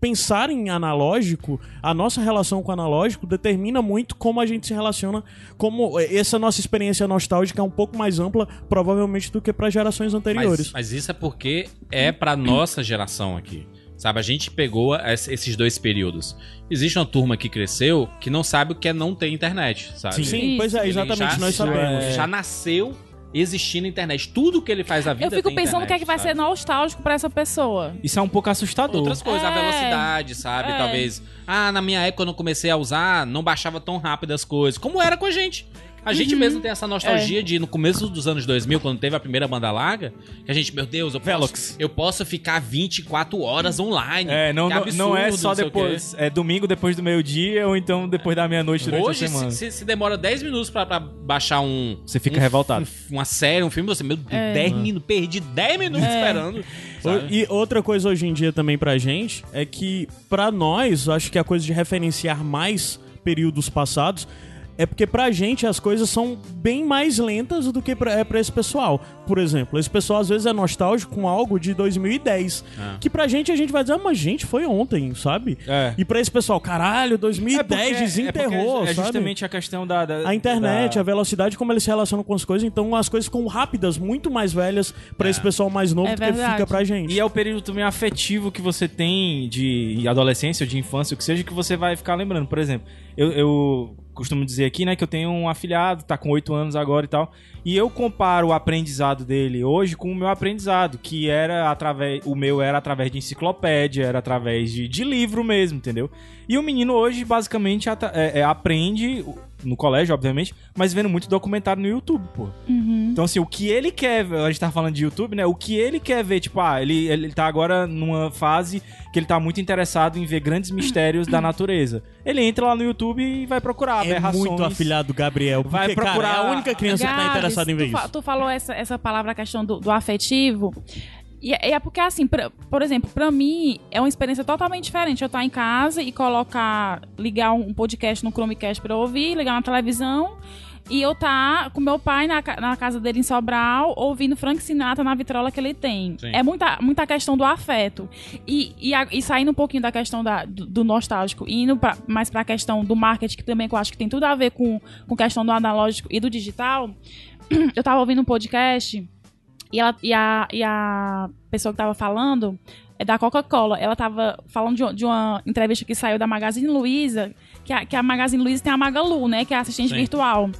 S2: pensar em analógico, a nossa relação com o analógico determina muito como a gente se relaciona, como essa nossa experiência nostálgica é um pouco mais ampla, provavelmente, do que para gerações
S3: Mas,
S2: anteriores.
S3: mas isso é porque é pra nossa geração aqui. Sabe, a gente pegou es- esses dois períodos. Existe uma turma que cresceu que não sabe o que é não ter internet, sabe?
S2: Sim,
S4: Isso,
S2: pois é,
S3: Ele
S2: exatamente,
S3: já- é,
S2: nós sabemos.
S3: Já nasceu existindo internet. Tudo que ele faz na vida
S4: Eu fico
S3: tem
S4: pensando o que é que vai ser
S3: internet,
S4: nostálgico pra essa pessoa.
S1: Isso é um pouco
S3: sabe?
S1: assustador.
S3: Outras coisas, a
S4: É.
S3: velocidade, sabe?
S4: É.
S3: Talvez. Ah, na minha época, quando eu comecei a usar, não baixava tão rápido as coisas. Como era com a gente. A gente
S4: Uhum.
S3: mesmo tem essa
S4: É.
S3: nostalgia de, no começo dos anos 2000, quando teve a primeira banda larga, que a gente, meu Deus, eu
S1: Velox.
S3: posso, eu posso ficar 24 horas online.
S1: É, não,
S3: Que
S1: não- não é
S3: absurdo,
S1: só
S3: não sei o quê.
S1: depois. É domingo depois do meio-dia ou então depois da meia-noite durante a
S3: Hoje,
S1: semana.
S3: se, se- se demora 10 minutos pra, pra baixar um.
S1: Você fica
S3: um-
S1: revoltado.
S3: um- uma série, um filme, você, meu Deus,
S4: É.
S3: 10 minutos, perdi 10 minutos esperando.
S2: O- E outra coisa hoje em dia também pra gente é que, pra nós, acho que a coisa de referenciar mais períodos passados é porque pra gente as coisas são bem mais lentas do que pra, é pra esse pessoal. Por exemplo, esse pessoal às vezes é nostálgico com algo de 2010, que pra gente a gente vai dizer, ah, mas gente, foi ontem, sabe?
S1: É.
S2: E pra esse pessoal, caralho,
S3: É
S2: 2010 desenterrou,
S1: é,
S2: sabe?
S1: justamente a questão da... da-
S2: A internet,
S1: da-
S2: a velocidade como eles se relacionam com as coisas, então as coisas ficam rápidas, muito mais velhas pra esse pessoal mais novo
S4: É
S2: do que fica
S4: verdade.
S2: pra gente.
S1: E é o período também afetivo que você tem de adolescência, de infância, o que seja, que você vai ficar lembrando. Por exemplo, eu, eu costumo dizer aqui, né, que eu tenho um afilhado, tá com 8 anos agora e tal. E eu comparo o aprendizado dele hoje com o meu aprendizado, que era através. O meu era através de enciclopédia, era através de, de livro mesmo, entendeu? E o menino hoje, basicamente, ata- é- é, aprende. No colégio, obviamente, mas vendo muito documentário no YouTube, pô. Então, assim, o que ele quer, ver- a gente tá falando de YouTube, né? O que ele quer ver, tipo, ah, ele, ele tá agora numa fase que ele tá muito interessado em ver grandes mistérios da natureza. Ele entra lá no YouTube e vai procurar
S2: é
S1: aberrações.
S2: muito afilhado Gabriel. Porque,
S1: Vai procurar-
S2: cara, é a única criança que tá
S4: Gabs,
S2: interessada em ver
S4: tu, fa-
S2: isso.
S4: tu falou essa, essa palavra, a questão do, do afetivo. E é, é porque, assim, pra- por exemplo, pra mim é uma experiência totalmente diferente. Eu estar em casa e colocar, ligar um podcast no Chromecast pra eu ouvir, ligar na televisão. E eu tá com meu pai na, ca- na casa dele em Sobral, ouvindo Frank Sinatra na vitrola que ele tem.
S3: Sim.
S4: É muita, muita questão do afeto. E, e, a- e saindo um pouquinho da questão da- do, do nostálgico, e indo pra, mais pra questão do marketing, que também que eu acho que tem tudo a ver com, com questão do analógico e do digital, eu tava ouvindo um podcast e, ela, e, a, e a pessoa que tava falando é da Coca-Cola. Ela tava falando de, um- de uma entrevista que saiu da Magazine Luiza, que a, que a Magazine Luiza tem a Magalu, né? Que é a assistente
S3: Sim.
S4: virtual.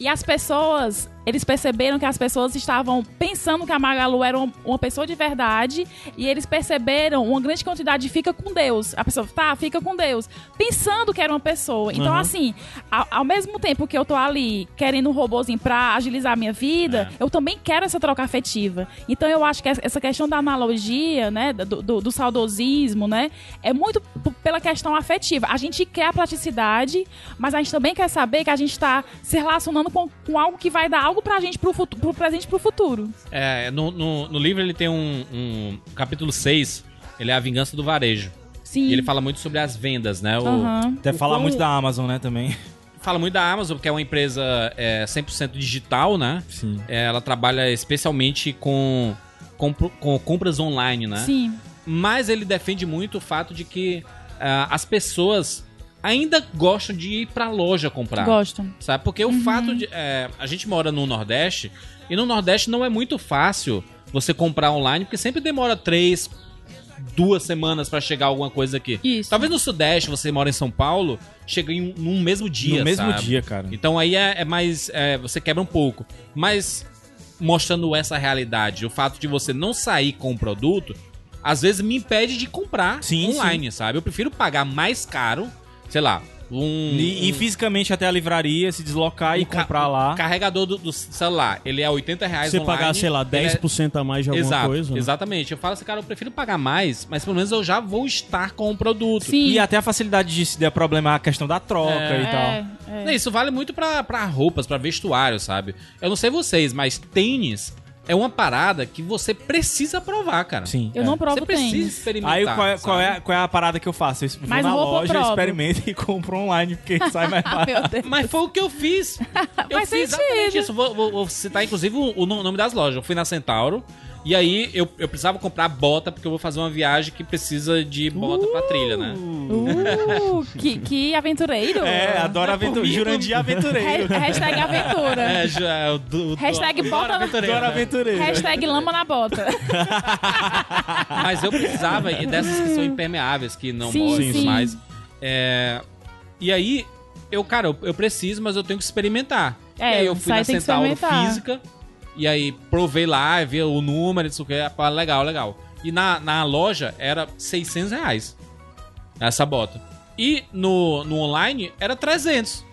S4: E as pessoas, eles perceberam que as pessoas estavam pensando que a Magalu era uma, uma pessoa de verdade e eles perceberam uma grande quantidade de fica com Deus. A pessoa, tá, fica com Deus. Pensando que era uma pessoa. Então,
S3: Uhum.
S2: Aham.
S4: assim, ao, ao mesmo tempo que eu tô ali querendo um robozinho pra agilizar a minha vida,
S3: É.
S4: eu também quero essa troca afetiva. Então, eu acho que essa- essa questão da analogia, né, do, do, do saudosismo, né, é muito p- pela questão afetiva. A gente quer a praticidade, mas a gente também quer saber que a gente tá se relacionando com, com algo que vai dar algo pra gente pro, futu- pro presente e pro futuro.
S3: É, no, no, no livro ele tem um, um capítulo 6, ele é a vingança do varejo.
S4: Sim.
S3: E ele fala muito sobre as vendas, né? O-
S4: Aham.
S1: Deve falar
S3: Como-
S1: muito da Amazon, né, também.
S3: Fala muito da Amazon, porque é uma empresa é, 100% digital, né?
S1: Sim.
S3: É, Ela trabalha especialmente com, com, pro- com compras online, né?
S4: Sim.
S3: Mas ele defende muito o fato de que ah, as pessoas ainda gostam de ir pra loja comprar.
S4: Gosto.
S3: sabe? Porque o fato de. é, a gente mora no Nordeste, e no Nordeste não é muito fácil você comprar online, porque sempre demora três, duas semanas pra chegar alguma coisa aqui.
S4: Isso.
S3: Talvez no Sudeste, você mora em São Paulo, chega em um, num mesmo dia.
S1: no mesmo
S3: sabe?
S1: dia, cara.
S3: Então aí é, é mais. é, você quebra um pouco. Mas mostrando essa realidade, o fato de você não sair com o produto, às vezes me impede de comprar
S1: Sim,
S3: online, sabe? Eu prefiro pagar mais caro, sei lá. um.
S1: E, e fisicamente até a livraria, se deslocar e
S3: um ca-
S1: comprar lá.
S3: O carregador do, do celular, ele é 80 reais
S2: Você
S3: online,
S2: pagar, sei lá,
S3: ele é-
S2: 10% a mais de alguma
S3: Exato,
S2: coisa. né?
S3: exatamente. Eu falo assim, cara, eu prefiro pagar mais, mas pelo menos eu já vou estar com o produto.
S4: Sim.
S1: E até a facilidade de se der problema a questão da troca
S3: Então,
S1: e tal.
S4: É, é.
S3: Não, Isso vale muito pra, pra roupas, pra vestuário, sabe? Eu não sei vocês, mas tênis é uma parada que você precisa provar, cara.
S1: Sim.
S4: Eu
S1: é.
S4: não
S3: Você
S4: provo
S3: precisa
S4: tênis.
S3: experimentar.
S1: Aí qual é, qual,
S3: sabe?
S1: é, qual é a parada que eu faço? Eu vou
S4: Mas
S1: na
S4: roupa eu
S1: loja,
S4: provo.
S1: experimento e compro online, porque sai mais
S4: Ah,
S1: barato.
S4: meu Deus.
S3: Mas foi o que eu fiz. Eu
S4: Faz
S3: fiz exatamente
S4: sentido.
S3: isso. Vou, vou- vou citar, inclusive, o, o nome das lojas. Eu fui na Centauro. E aí, eu, eu precisava comprar bota, porque eu vou fazer uma viagem que precisa de bota pra trilha, né?
S4: Uh, que, que aventureiro.
S1: É, adoro aventureiro. Jurandir
S4: Ha-
S1: aventureiro.
S4: Hashtag aventura.
S3: É, já, o do, do-
S4: Hashtag
S3: do-
S4: bota-
S3: do aventureiro,
S1: Adoro
S3: né?
S1: aventureiro.
S4: Hashtag lama na bota.
S3: Mas eu precisava e dessas que são impermeáveis, que não
S4: Sim,
S3: molham
S4: sim.
S3: mais. É, e aí, eu, cara, eu, eu preciso, mas eu tenho que experimentar.
S4: É,
S3: e aí eu fui
S4: sai,
S3: na
S4: tem que
S3: Centauro
S4: experimentar.
S3: Física, e aí provei lá, vi o número, isso que é pá, legal, legal. E na, na loja era 600 reais essa bota. E no, no online era 300.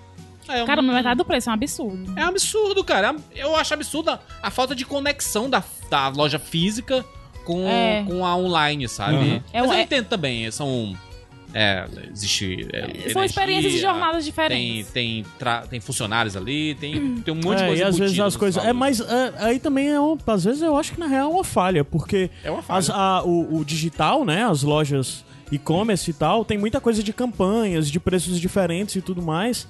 S3: Aí eu,
S4: Cara, mas metade do preço é um absurdo.
S3: é um absurdo, cara. Eu acho absurda a falta de conexão da, da loja física com,
S4: É.
S3: com a online, sabe?
S1: Uhum.
S4: É
S3: Mas
S4: um-
S3: eu
S4: é-
S3: entendo também, são... É, existe... é,
S4: São
S3: energia,
S4: experiências de jornadas
S3: Tem,
S4: diferentes.
S3: tem, tra- tem funcionários ali, tem, tem um monte de
S2: É,
S3: coisa
S2: e às vezes
S3: embutida
S2: as
S3: nos
S2: coisas. É,
S3: valores.
S2: mas é, aí também é um, às vezes eu acho que na real é uma falha, porque
S3: É uma falha.
S2: as- a- o, o digital, né? As lojas e-commerce e tal, tem muita coisa de campanhas, de preços diferentes e tudo mais.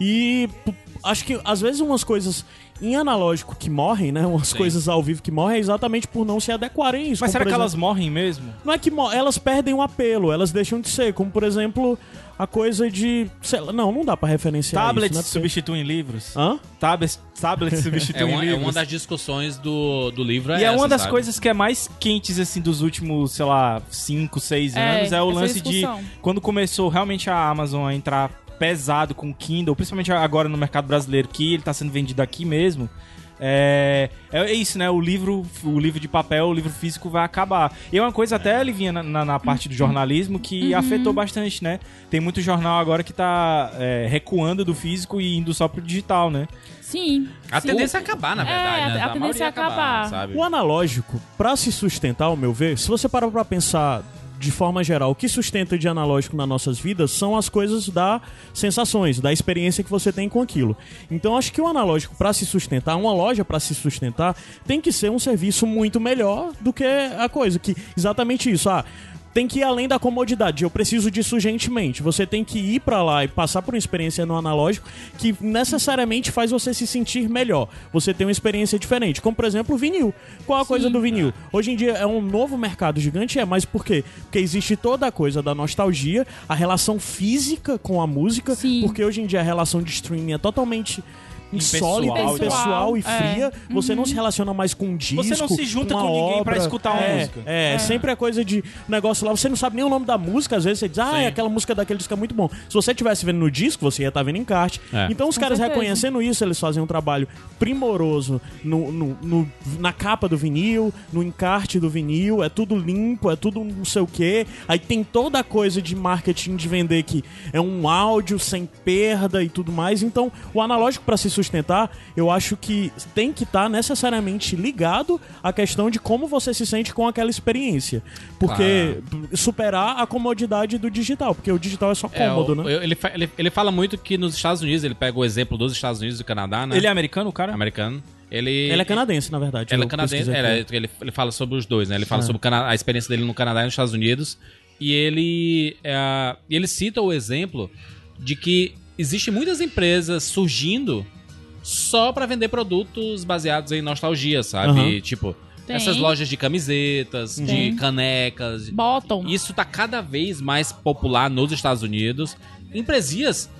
S2: E p- acho que às vezes umas coisas em analógico que morrem, né? Umas coisas ao vivo que morrem é exatamente por não se adequarem a isso.
S1: Mas
S2: como,
S1: será
S2: por
S1: que
S2: exemplo-
S1: elas morrem mesmo?
S2: não é que mo- elas perdem o apelo, elas deixam de ser, como por exemplo, a coisa de, sei lá, não, não dá pra referenciar
S1: Tablets
S2: isso, né?
S1: substituem livros?
S2: Hã?
S1: Tablets, tablets
S3: é
S2: tipo
S3: É
S1: substituem
S3: uma, é
S1: livros?
S3: uma das discussões do, do livro.
S1: E é
S3: essa,
S1: uma das
S3: sabe?
S1: coisas que é mais quentes, assim, dos últimos, sei lá, 5, 6
S4: É,
S1: anos. É o
S4: essa
S1: lance de
S4: discussão.
S1: quando começou realmente a Amazon a entrar pesado com o Kindle, principalmente agora no mercado brasileiro, que ele tá sendo vendido aqui mesmo. É, é isso, né? O livro, o livro de papel, o livro físico vai acabar. E é uma coisa até, Livinha, na, na, na parte
S3: Uhum.
S1: do jornalismo, que afetou bastante, né? Tem muito jornal agora que tá é, recuando do físico e indo só pro digital, né?
S4: Sim.
S3: A
S4: sim.
S3: tendência é acabar, na verdade,
S4: É,
S3: né?
S4: a
S3: maioria
S4: tendência é acabar.
S3: sabe?
S2: O analógico, pra se sustentar, ao meu ver, se você parar pra pensar de forma geral, o que sustenta de analógico nas nossas vidas são as coisas da sensações, da experiência que você tem com aquilo. Então acho que o analógico pra se sustentar, uma loja pra se sustentar, tem que ser um serviço muito melhor do que a coisa que exatamente isso, ah, tem que ir além da comodidade. Eu preciso disso urgentemente. Você tem que ir pra lá e passar por uma experiência no analógico que necessariamente faz você se sentir melhor. Você tem uma experiência diferente. Como, por exemplo, o vinil. Qual a coisa do vinil? Hoje em dia é um novo mercado gigante, é, mas por quê? Porque existe toda a coisa da nostalgia, a relação física com a música,
S4: Sim.
S2: porque hoje em dia a relação de streaming é totalmente.
S1: Impessoal,
S2: Insólita,
S4: né?
S2: impessoal e
S4: É.
S2: fria. Você não se relaciona mais com um disco.
S1: não se junta
S2: uma
S1: com ninguém pra
S2: obra.
S1: escutar uma
S2: É,
S1: música.
S2: é, sempre a coisa de negócio lá, você não sabe nem o nome da música, às vezes você diz, ah, é aquela música daquele disco é muito bom. Se você estivesse vendo no disco, você ia estar vendo em encarte.
S3: É.
S2: Então os caras
S4: certeza.
S2: reconhecendo isso, eles fazem um trabalho primoroso no, no- no- na capa do vinil, no encarte do vinil, é tudo limpo, é tudo não sei o quê. Aí tem toda a coisa de marketing de vender que é um áudio sem perda e tudo mais. Então o analógico para se sustentar, eu acho que tem que estar necessariamente ligado à questão de como você se sente com aquela experiência. Porque superar a comodidade do digital, porque o digital é só
S3: É,
S2: cômodo,
S3: o-
S2: né?
S3: eu- ele, fa- ele, ele fala muito que nos Estados Unidos, ele pega o exemplo dos Estados Unidos e do Canadá, né?
S1: Ele é americano, o cara?
S3: americano. Ele,
S2: Ela é canadense, na verdade.
S3: Ela é
S2: eu
S3: canadense.
S2: pesquisei
S3: ela-
S2: aqui. Ah.
S3: ele, ele fala sobre os dois, né? Ele fala sobre o Cana- a experiência dele no Canadá e nos Estados Unidos. E ele, é, e ele cita o exemplo de que existem muitas empresas surgindo só pra vender produtos baseados em nostalgia, sabe?
S2: Aham.
S3: Tipo,
S4: Tem.
S3: essas lojas de camisetas, de
S4: Tem.
S3: canecas,
S4: Bottom.
S3: isso tá cada vez mais popular nos Estados Unidos. Empresias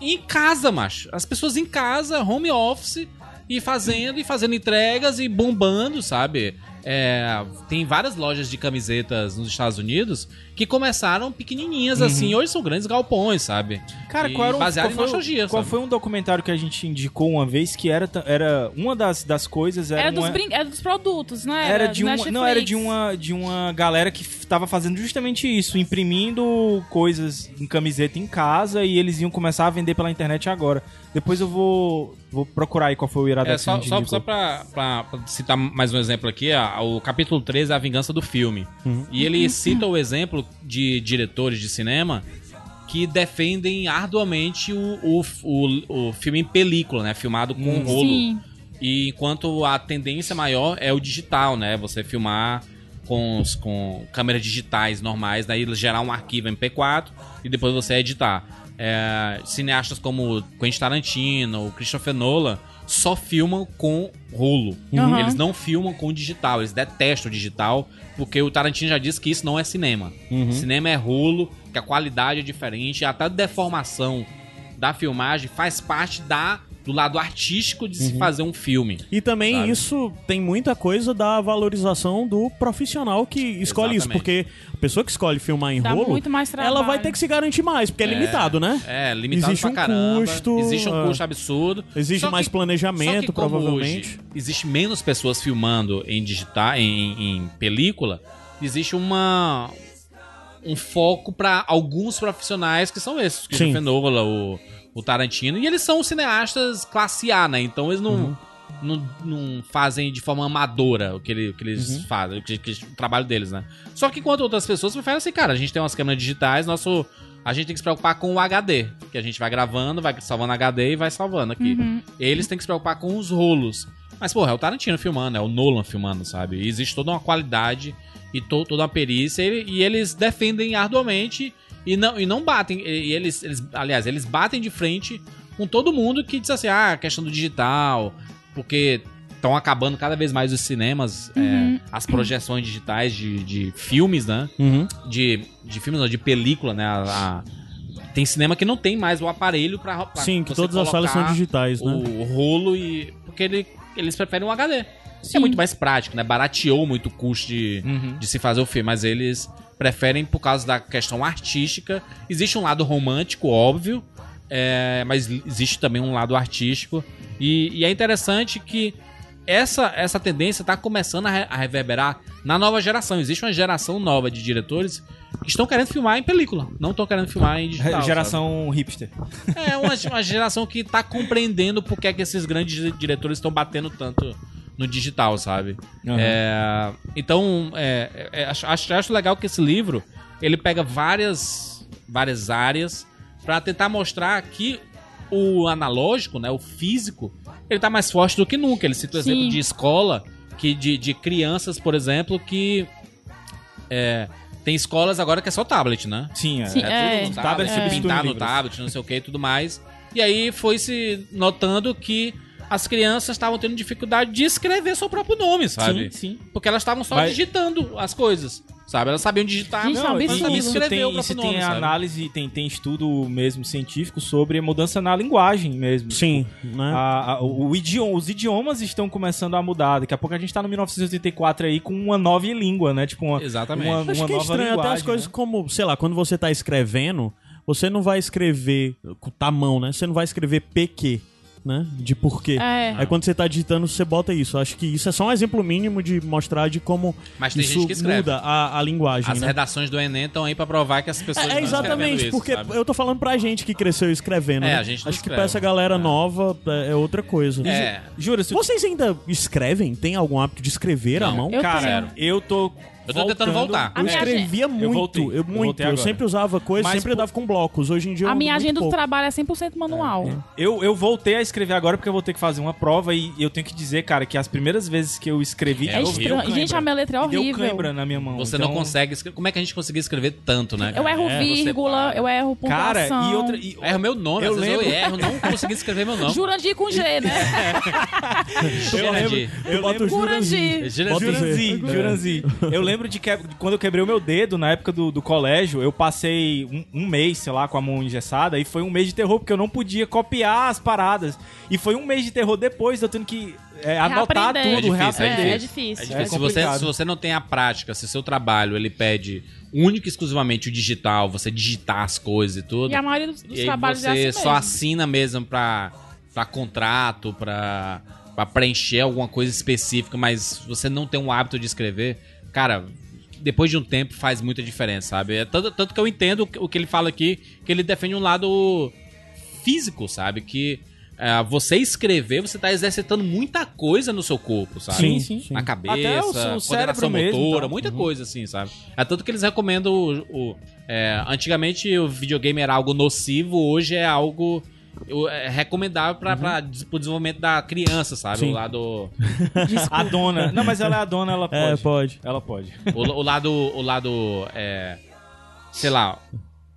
S3: em casa, macho. As pessoas em casa, home office, e fazendo, e fazendo entregas, e bombando, sabe? é, tem várias lojas de camisetas nos Estados Unidos que começaram pequenininhas assim, hoje são grandes galpões, sabe?
S1: Uhum. Cara,
S3: E
S1: qual era um,
S3: baseado
S1: qual
S3: em
S1: foi,
S3: nostalgia,
S1: qual
S3: sabe?
S1: foi um documentário que a gente indicou uma vez que era, ta- era uma das, das coisas era,
S4: Era dos,
S1: é uma-
S4: brin... era dos produtos, não era?
S1: era de
S4: Do
S1: uma,
S4: Netflix.
S1: não era de uma de uma galera que f- tava fazendo justamente isso, imprimindo coisas em camiseta em casa e eles iam começar a vender pela internet agora. Depois eu vou vou procurar aí qual foi o irado
S3: É, só, só, só pra, pra- pra citar mais um exemplo aqui, a- o capítulo 13 é a vingança do filme. E ele cita o exemplo de diretores de cinema que defendem arduamente o, o, o, o filme em película, né? Filmado com
S4: Uhum.
S3: rolo.
S4: Sim.
S3: E enquanto a tendência maior é o digital, né? Você filmar com, os- com câmeras digitais normais, daí gerar um arquivo MP4 e depois você editar. É, cineastas como Quentin Tarantino, Christopher Nolan só filmam com rolo.
S4: Uhum.
S3: Eles não filmam com digital, eles detestam o digital, porque o Tarantino já disse que isso não é cinema.
S2: Uhum.
S3: Cinema é rolo, que a qualidade é diferente, até a deformação da filmagem faz parte da do lado artístico de
S2: Uhum.
S3: se fazer um filme.
S2: E também
S3: Sabe?
S2: isso tem muita coisa da valorização do profissional que escolhe isso,
S3: Exatamente.
S2: porque a pessoa que escolhe filmar em
S4: Dá
S2: rolo,
S4: muito mais trabalho.
S2: ela vai ter que se garantir mais, porque é, limitado, né?
S3: É, limitado
S2: Existe
S3: pra
S2: um
S3: caramba.
S2: custo,
S3: existe um
S2: é.
S3: custo absurdo.
S2: Existe
S3: Só que-
S2: mais planejamento,
S3: só que como
S2: provavelmente.
S3: hoje existe menos pessoas filmando em digital, em, em película. Existe uma um foco pra alguns profissionais que são esses, o Christopher Nolan, o, o Tarantino, e eles são cineastas classe A, né? Então eles não não, não fazem de forma amadora o que, ele- o que eles fazem, o, que, que- o trabalho deles, né? Só que enquanto outras pessoas preferem assim, cara, a gente tem umas câmeras digitais, nosso. A gente tem que se preocupar com o HD, que a gente vai gravando, vai salvando HD e vai salvando aqui. Eles têm que se preocupar com os rolos. Mas, porra, é o Tarantino filmando, é o Nolan filmando, sabe? E existe toda uma qualidade e to- toda uma perícia, e, e eles defendem arduamente e não, e não batem. E, e eles, eles, aliás, eles batem de frente com todo mundo que diz assim: ah, questão do digital, porque estão acabando cada vez mais os cinemas, é, as projeções digitais de, de filmes, né?
S2: Uhum.
S3: De, de filmes, não, de película, né? A- a- tem cinema que não tem mais o aparelho pra. pra
S2: Sim, que
S3: você
S2: todas as salas são
S3: colocar
S2: digitais, né?
S3: o rolo e. Porque ele, eles preferem um HD.
S4: Sim.
S3: É muito mais prático, né? Barateou muito o custo de,
S1: Uhum.
S3: de se fazer o filme, mas eles preferem por causa da questão artística. Existe um lado romântico, óbvio, é, mas existe também um lado artístico. E, e é interessante que essa, essa tendência está começando a, re- a reverberar na nova geração. Existe uma geração nova de diretores que estão querendo filmar em película, não estão querendo filmar em digital. sabe?
S1: Geração hipster.
S3: É uma, uma geração que tá compreendendo por que é que esses grandes diretores estão batendo tanto no digital, sabe?
S1: Aham.
S3: É, então, é, é, acho, acho- acho legal que esse livro ele pega várias, várias áreas pra tentar mostrar que o analógico, né, o físico, ele tá mais forte do que nunca. Ele cita o
S4: Sim.
S3: exemplo de escola, que de, de crianças, por exemplo, que é, tem escolas agora que é só tablet, né?
S1: Sim, é.
S4: Sim.
S3: É,
S4: É.
S3: tudo no
S1: Tablet
S3: tablet,
S1: substitui
S3: pintar no
S1: livros.
S3: tablet, não sei o que e tudo mais. E aí foi se notando que as crianças estavam tendo dificuldade de escrever seu próprio nome, sabe?
S1: Sim, sim.
S3: Porque elas estavam só
S1: Mas-
S3: digitando as coisas, sabe? Elas sabiam digitar,
S4: Gente, é um
S3: mas não
S4: absurdo.
S3: sabiam
S1: isso
S3: escrever
S1: tem,
S3: o próprio
S1: isso
S3: nome,
S1: tem
S3: sabe?
S1: análise, tem, tem estudo mesmo científico sobre a mudança na linguagem mesmo.
S2: Sim, né?
S1: A- a- o o idioma, os idiomas estão começando a mudar. Daqui a pouco a gente tá no 1984 aí com uma nova língua, né? Tipo, uma,
S3: Exatamente.
S1: uma,
S2: Acho
S1: uma
S2: que é
S1: nova
S2: estranho até as
S1: linguagem,
S2: coisas
S1: né?
S2: como, sei lá, quando você tá escrevendo, você não vai escrever com tá mão, né? Você não vai escrever PQ, né? De porquê.
S4: É.
S2: Aí quando você tá digitando, você bota isso. Acho que isso é só um exemplo mínimo de mostrar de como
S3: Mas tem
S2: isso
S3: gente que escreve.
S2: muda a, a linguagem,
S3: As
S2: né?
S3: redações do Enem estão aí pra provar que as pessoas
S2: É, é
S3: estão escrevendo
S2: exatamente,
S3: isso,
S2: porque
S3: sabe?
S2: eu tô falando pra gente que cresceu escrevendo.
S3: É,
S2: né?
S3: a gente não
S2: Acho que
S3: escreve.
S2: pra essa galera nova é é outra coisa.
S3: É.
S1: Jura, se
S2: Vocês ainda escrevem? Tem algum hábito de escrever à
S3: Não.
S2: mão?
S4: Eu
S1: Cara,
S4: tenho.
S1: eu tô.
S3: Eu tô tentando voltar.
S4: A
S2: Eu
S4: minha
S2: escrevia muito, eu,
S1: voltei, eu
S2: muito.
S1: voltei
S2: Eu,
S1: agora.
S2: sempre usava coisa,
S1: Mas
S2: sempre
S1: por-
S2: andava com blocos. Hoje em dia eu
S4: A minha
S2: ando muito
S4: agenda do
S2: pouco.
S4: trabalho é 100% manual. É
S1: Eu, eu voltei a escrever agora porque eu vou ter que fazer uma prova e eu tenho que dizer, cara, que as primeiras vezes que eu escrevi.
S3: É
S4: É
S1: eu- um
S3: horrível,
S4: estranho. Gente, a minha letra é
S1: deu
S4: horrível.
S1: cãibra na minha mão.
S3: Você
S1: então-
S3: não consegue escrever. Como é que a gente conseguia escrever tanto, né?
S4: Eu
S3: cara?
S4: erro
S3: É, você
S4: vírgula,
S3: para.
S4: eu erro
S1: Cara,
S4: pontuação.
S1: e outra. e-
S3: Erro meu nome,
S1: Eu
S3: às vezes eu
S1: lembro.
S3: erro, não consegui escrever meu nome.
S4: Jurandir com G, né?
S3: Jurandir.
S2: Eu boto
S4: Jurandir.
S3: Jurandir.
S2: Bota o Z. É.
S1: Juranzi, Juranzi. Eu lembro de, que, de quando eu quebrei o meu dedo na época do, do colégio, eu passei um, um mês, sei lá, com a mão engessada, e foi um mês de terror, porque eu não podia copiar as paradas. E foi um mês de terror depois, eu tendo que é, anotar
S4: Reaprender.
S1: tudo,
S4: É
S3: difícil,
S1: reaprender.
S4: É, é
S3: É
S4: difícil.
S3: difícil.
S1: É
S3: se, você,
S1: complicado.
S3: se você não tem a prática, se o seu trabalho ele pede único e exclusivamente o digital, você digitar as coisas e tudo.
S4: E a maioria dos, dos
S3: e aí
S4: trabalhos
S3: você
S4: é assim
S3: só
S4: mesmo.
S3: assina mesmo pra, pra contrato, pra, pra preencher alguma coisa específica, mas você não tem um hábito de escrever, cara, depois de um tempo faz muita diferença, sabe? É tanto, tanto que eu entendo o que- o que ele fala aqui, que ele defende um lado físico, sabe? Que é, você escrever, você tá exercitando muita coisa no seu corpo, sabe?
S2: Sim, sim, sim.
S3: Na
S1: Até o- o
S3: cabeça,
S1: cérebro
S3: coordenação
S1: mesmo,
S3: motora,
S1: tá?
S3: muita coisa assim, sabe? É tanto que eles recomendam o, o- é, antigamente o videogame era algo nocivo, hoje é algo o- é recomendável para o desenvolvimento da criança, sabe?
S2: Sim.
S3: O lado
S1: A dona. Não, mas ela é a dona, ela pode.
S2: É, pode.
S1: Ela pode.
S3: o, o lado o lado é, sei lá,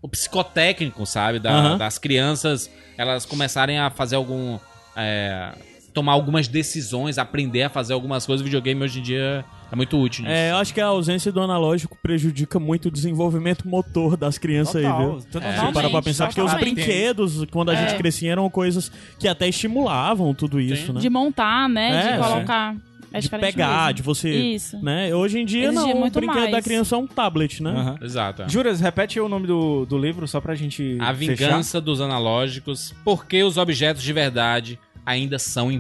S3: o psicotécnico, sabe, Da-
S2: Aham.
S3: das crianças, elas começarem a fazer algum é, tomar algumas decisões, aprender a fazer algumas coisas, o videogame hoje em dia é muito útil. nisso.
S2: É, eu acho que a ausência do analógico prejudica muito o desenvolvimento motor das crianças aí, viu?
S1: Totalmente.
S2: Para pra pensar, porque os
S4: Totalmente.
S2: brinquedos, quando a
S1: É.
S2: gente crescia, eram coisas que até estimulavam tudo isso, né?
S4: De montar, né?
S2: É,
S4: de colocar. É
S2: de
S4: diferente
S2: pegar,
S4: mesmo.
S2: de você.
S4: Isso.
S2: Né? Hoje em dia,
S4: Exigia
S2: não. O
S4: muito
S2: brinquedo
S4: mais.
S2: da criança é um tablet, né?
S1: Aham.
S3: Exato. é.
S1: Juras, repete o nome do, do livro só pra gente.
S3: A
S1: fechar.
S3: vingança dos analógicos, porque os objetos de verdade ainda são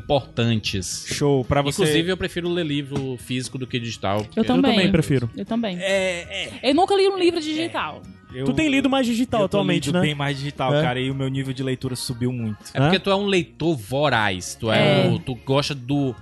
S3: importantes.
S1: Show, pra você.
S3: Inclusive, eu prefiro ler livro físico do que digital. porque-
S4: Eu
S2: Eu
S4: Também.
S2: também prefiro.
S4: Eu também.
S1: É, é,
S4: Eu nunca li um livro digital.
S1: eu-
S2: Tu tem lido mais
S1: eu
S2: digital
S1: tô
S2: atualmente,
S1: lido
S2: né?
S1: Bem mais digital,
S2: É.
S1: cara, e o meu nível de leitura subiu muito.
S3: É porque tu é um leitor voraz. Tu, é
S4: É.
S3: um- tu gosta do,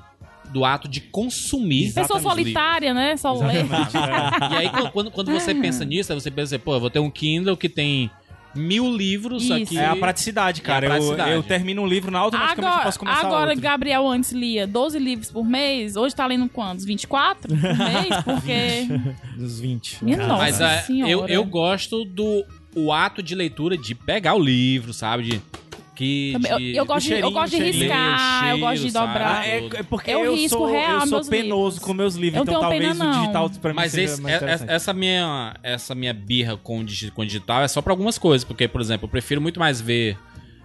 S3: do ato de consumir.
S4: Pessoa
S3: os
S4: solitária, né? Só ler. é
S3: livros. E aí, quando- quando, quando você pensa nisso, aí você pensa, assim, pô, eu vou ter um Kindle que tem mil livros
S4: Isso.
S3: aqui.
S1: É a praticidade, cara.
S3: É a
S1: Eu-
S3: praticidade.
S1: Eu, termino um livro na automaticamente eu
S4: Agora,
S1: posso começar
S4: agora
S1: outro.
S4: Gabriel antes lia 12 livros por mês, hoje tá lendo quantos? 24 por mês? Porque.
S1: Dos 20.
S4: Minha nossa
S3: Mas é,
S4: senhora.
S3: eu, eu gosto do o ato de leitura de pegar o livro, sabe? De, que,
S4: Também, eu-
S3: de-
S4: eu gosto de- eu
S3: cheirinho,
S4: gosto de
S3: cheirinho,
S4: riscar, eu
S3: cheiro,
S4: gosto de
S3: sabe?
S4: dobrar.
S1: Ah, é, é porque
S4: Eu
S1: eu,
S4: risco
S1: sou,
S4: real
S1: eu sou
S4: meus
S1: penoso
S4: livros.
S1: com meus livros,
S4: Eu
S1: então
S4: tenho pena,
S1: talvez o
S4: não.
S1: digital pra mim
S3: Mas
S1: seja
S3: esse-
S1: mais
S3: é- é-
S1: interessante.
S3: essa, minha, essa minha birra com o digi- com o digital é só pra algumas coisas. Porque, por exemplo, eu prefiro muito mais ver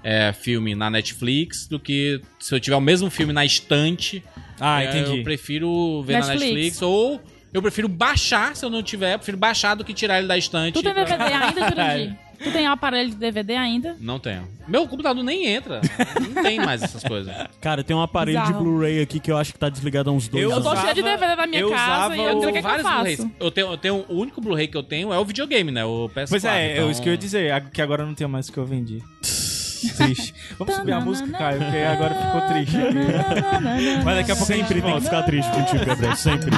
S3: é, filme na Netflix do que se eu tiver o mesmo filme na estante.
S1: Ah,
S3: É, Eu
S1: entendi.
S3: prefiro ver na
S4: Netflix.
S3: Netflix. Ou eu prefiro baixar, se eu não tiver. Eu prefiro baixar do que tirar ele da estante.
S4: Tu tem
S3: pra-
S4: DVD ainda, Jurandir?
S1: É.
S4: tu tem um aparelho de DVD ainda?
S3: Não tenho. Meu computador nem entra. Não tem mais essas coisas.
S2: Cara, tem um aparelho
S4: Bizarro.
S2: de Blu-ray aqui que eu acho que tá desligado há uns dois
S1: Eu
S4: Eu
S2: anos.
S4: tô cheia de
S1: usava-
S4: DVD na minha
S1: eu
S4: casa
S1: usava
S4: e eu não sei o que, é que eu
S3: Blu-rays.
S4: faço.
S3: Eu tenho, eu tenho- o único Blu-ray que eu tenho é o videogame, né? O PS4.
S1: Pois é,
S3: então-
S1: é isso que eu ia dizer, a- que agora não tem mais o que eu vendi. triste. Vamos subir a música, Caio, porque agora ficou triste. Mas daqui a pouco a gente
S2: Sempre tem que
S1: volta.
S2: ficar triste contigo, Gabriel. Sempre.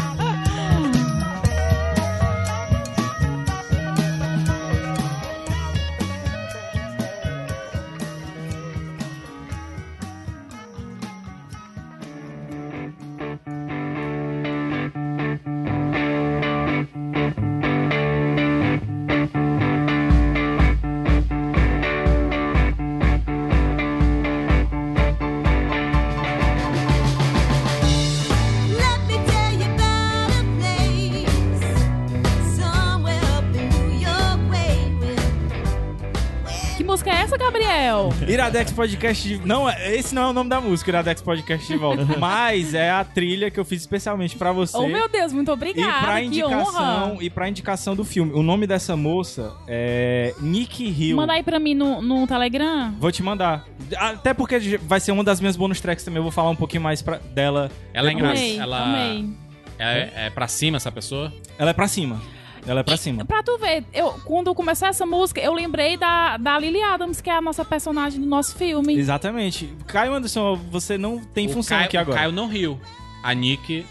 S5: Let me tell you about a place somewhere up in New York way with
S4: Que música é essa, Gabriel?
S1: Iradex Podcast de... Não, esse não é o nome da música, Iradex Podcast de volta. mas é a trilha que eu fiz especialmente pra você.
S4: Oh, meu Deus, muito
S1: e pra
S4: obrigada. Que honra.
S1: indicação e pra indicação do filme. O nome dessa moça é Nikki Hill.
S4: Manda aí pra mim no, no Telegram.
S1: Vou te mandar. Até porque vai ser uma das minhas bonus tracks também. Eu vou falar um pouquinho mais pra- dela.
S2: Tá
S3: Ela é
S4: Amei,
S3: engraçada. Ela
S4: amei.
S3: é, é pra cima essa pessoa?
S1: Ela é pra cima. Ela é pra cima.
S4: Pra tu ver, eu, quando eu comecei essa música, eu lembrei da, da Lily Adams, que é a nossa personagem do nosso filme.
S1: Exatamente. Caio Anderson, você não tem
S3: O
S1: função
S3: Caio,
S1: aqui
S3: o
S1: agora.
S3: Caio não riu. A Nick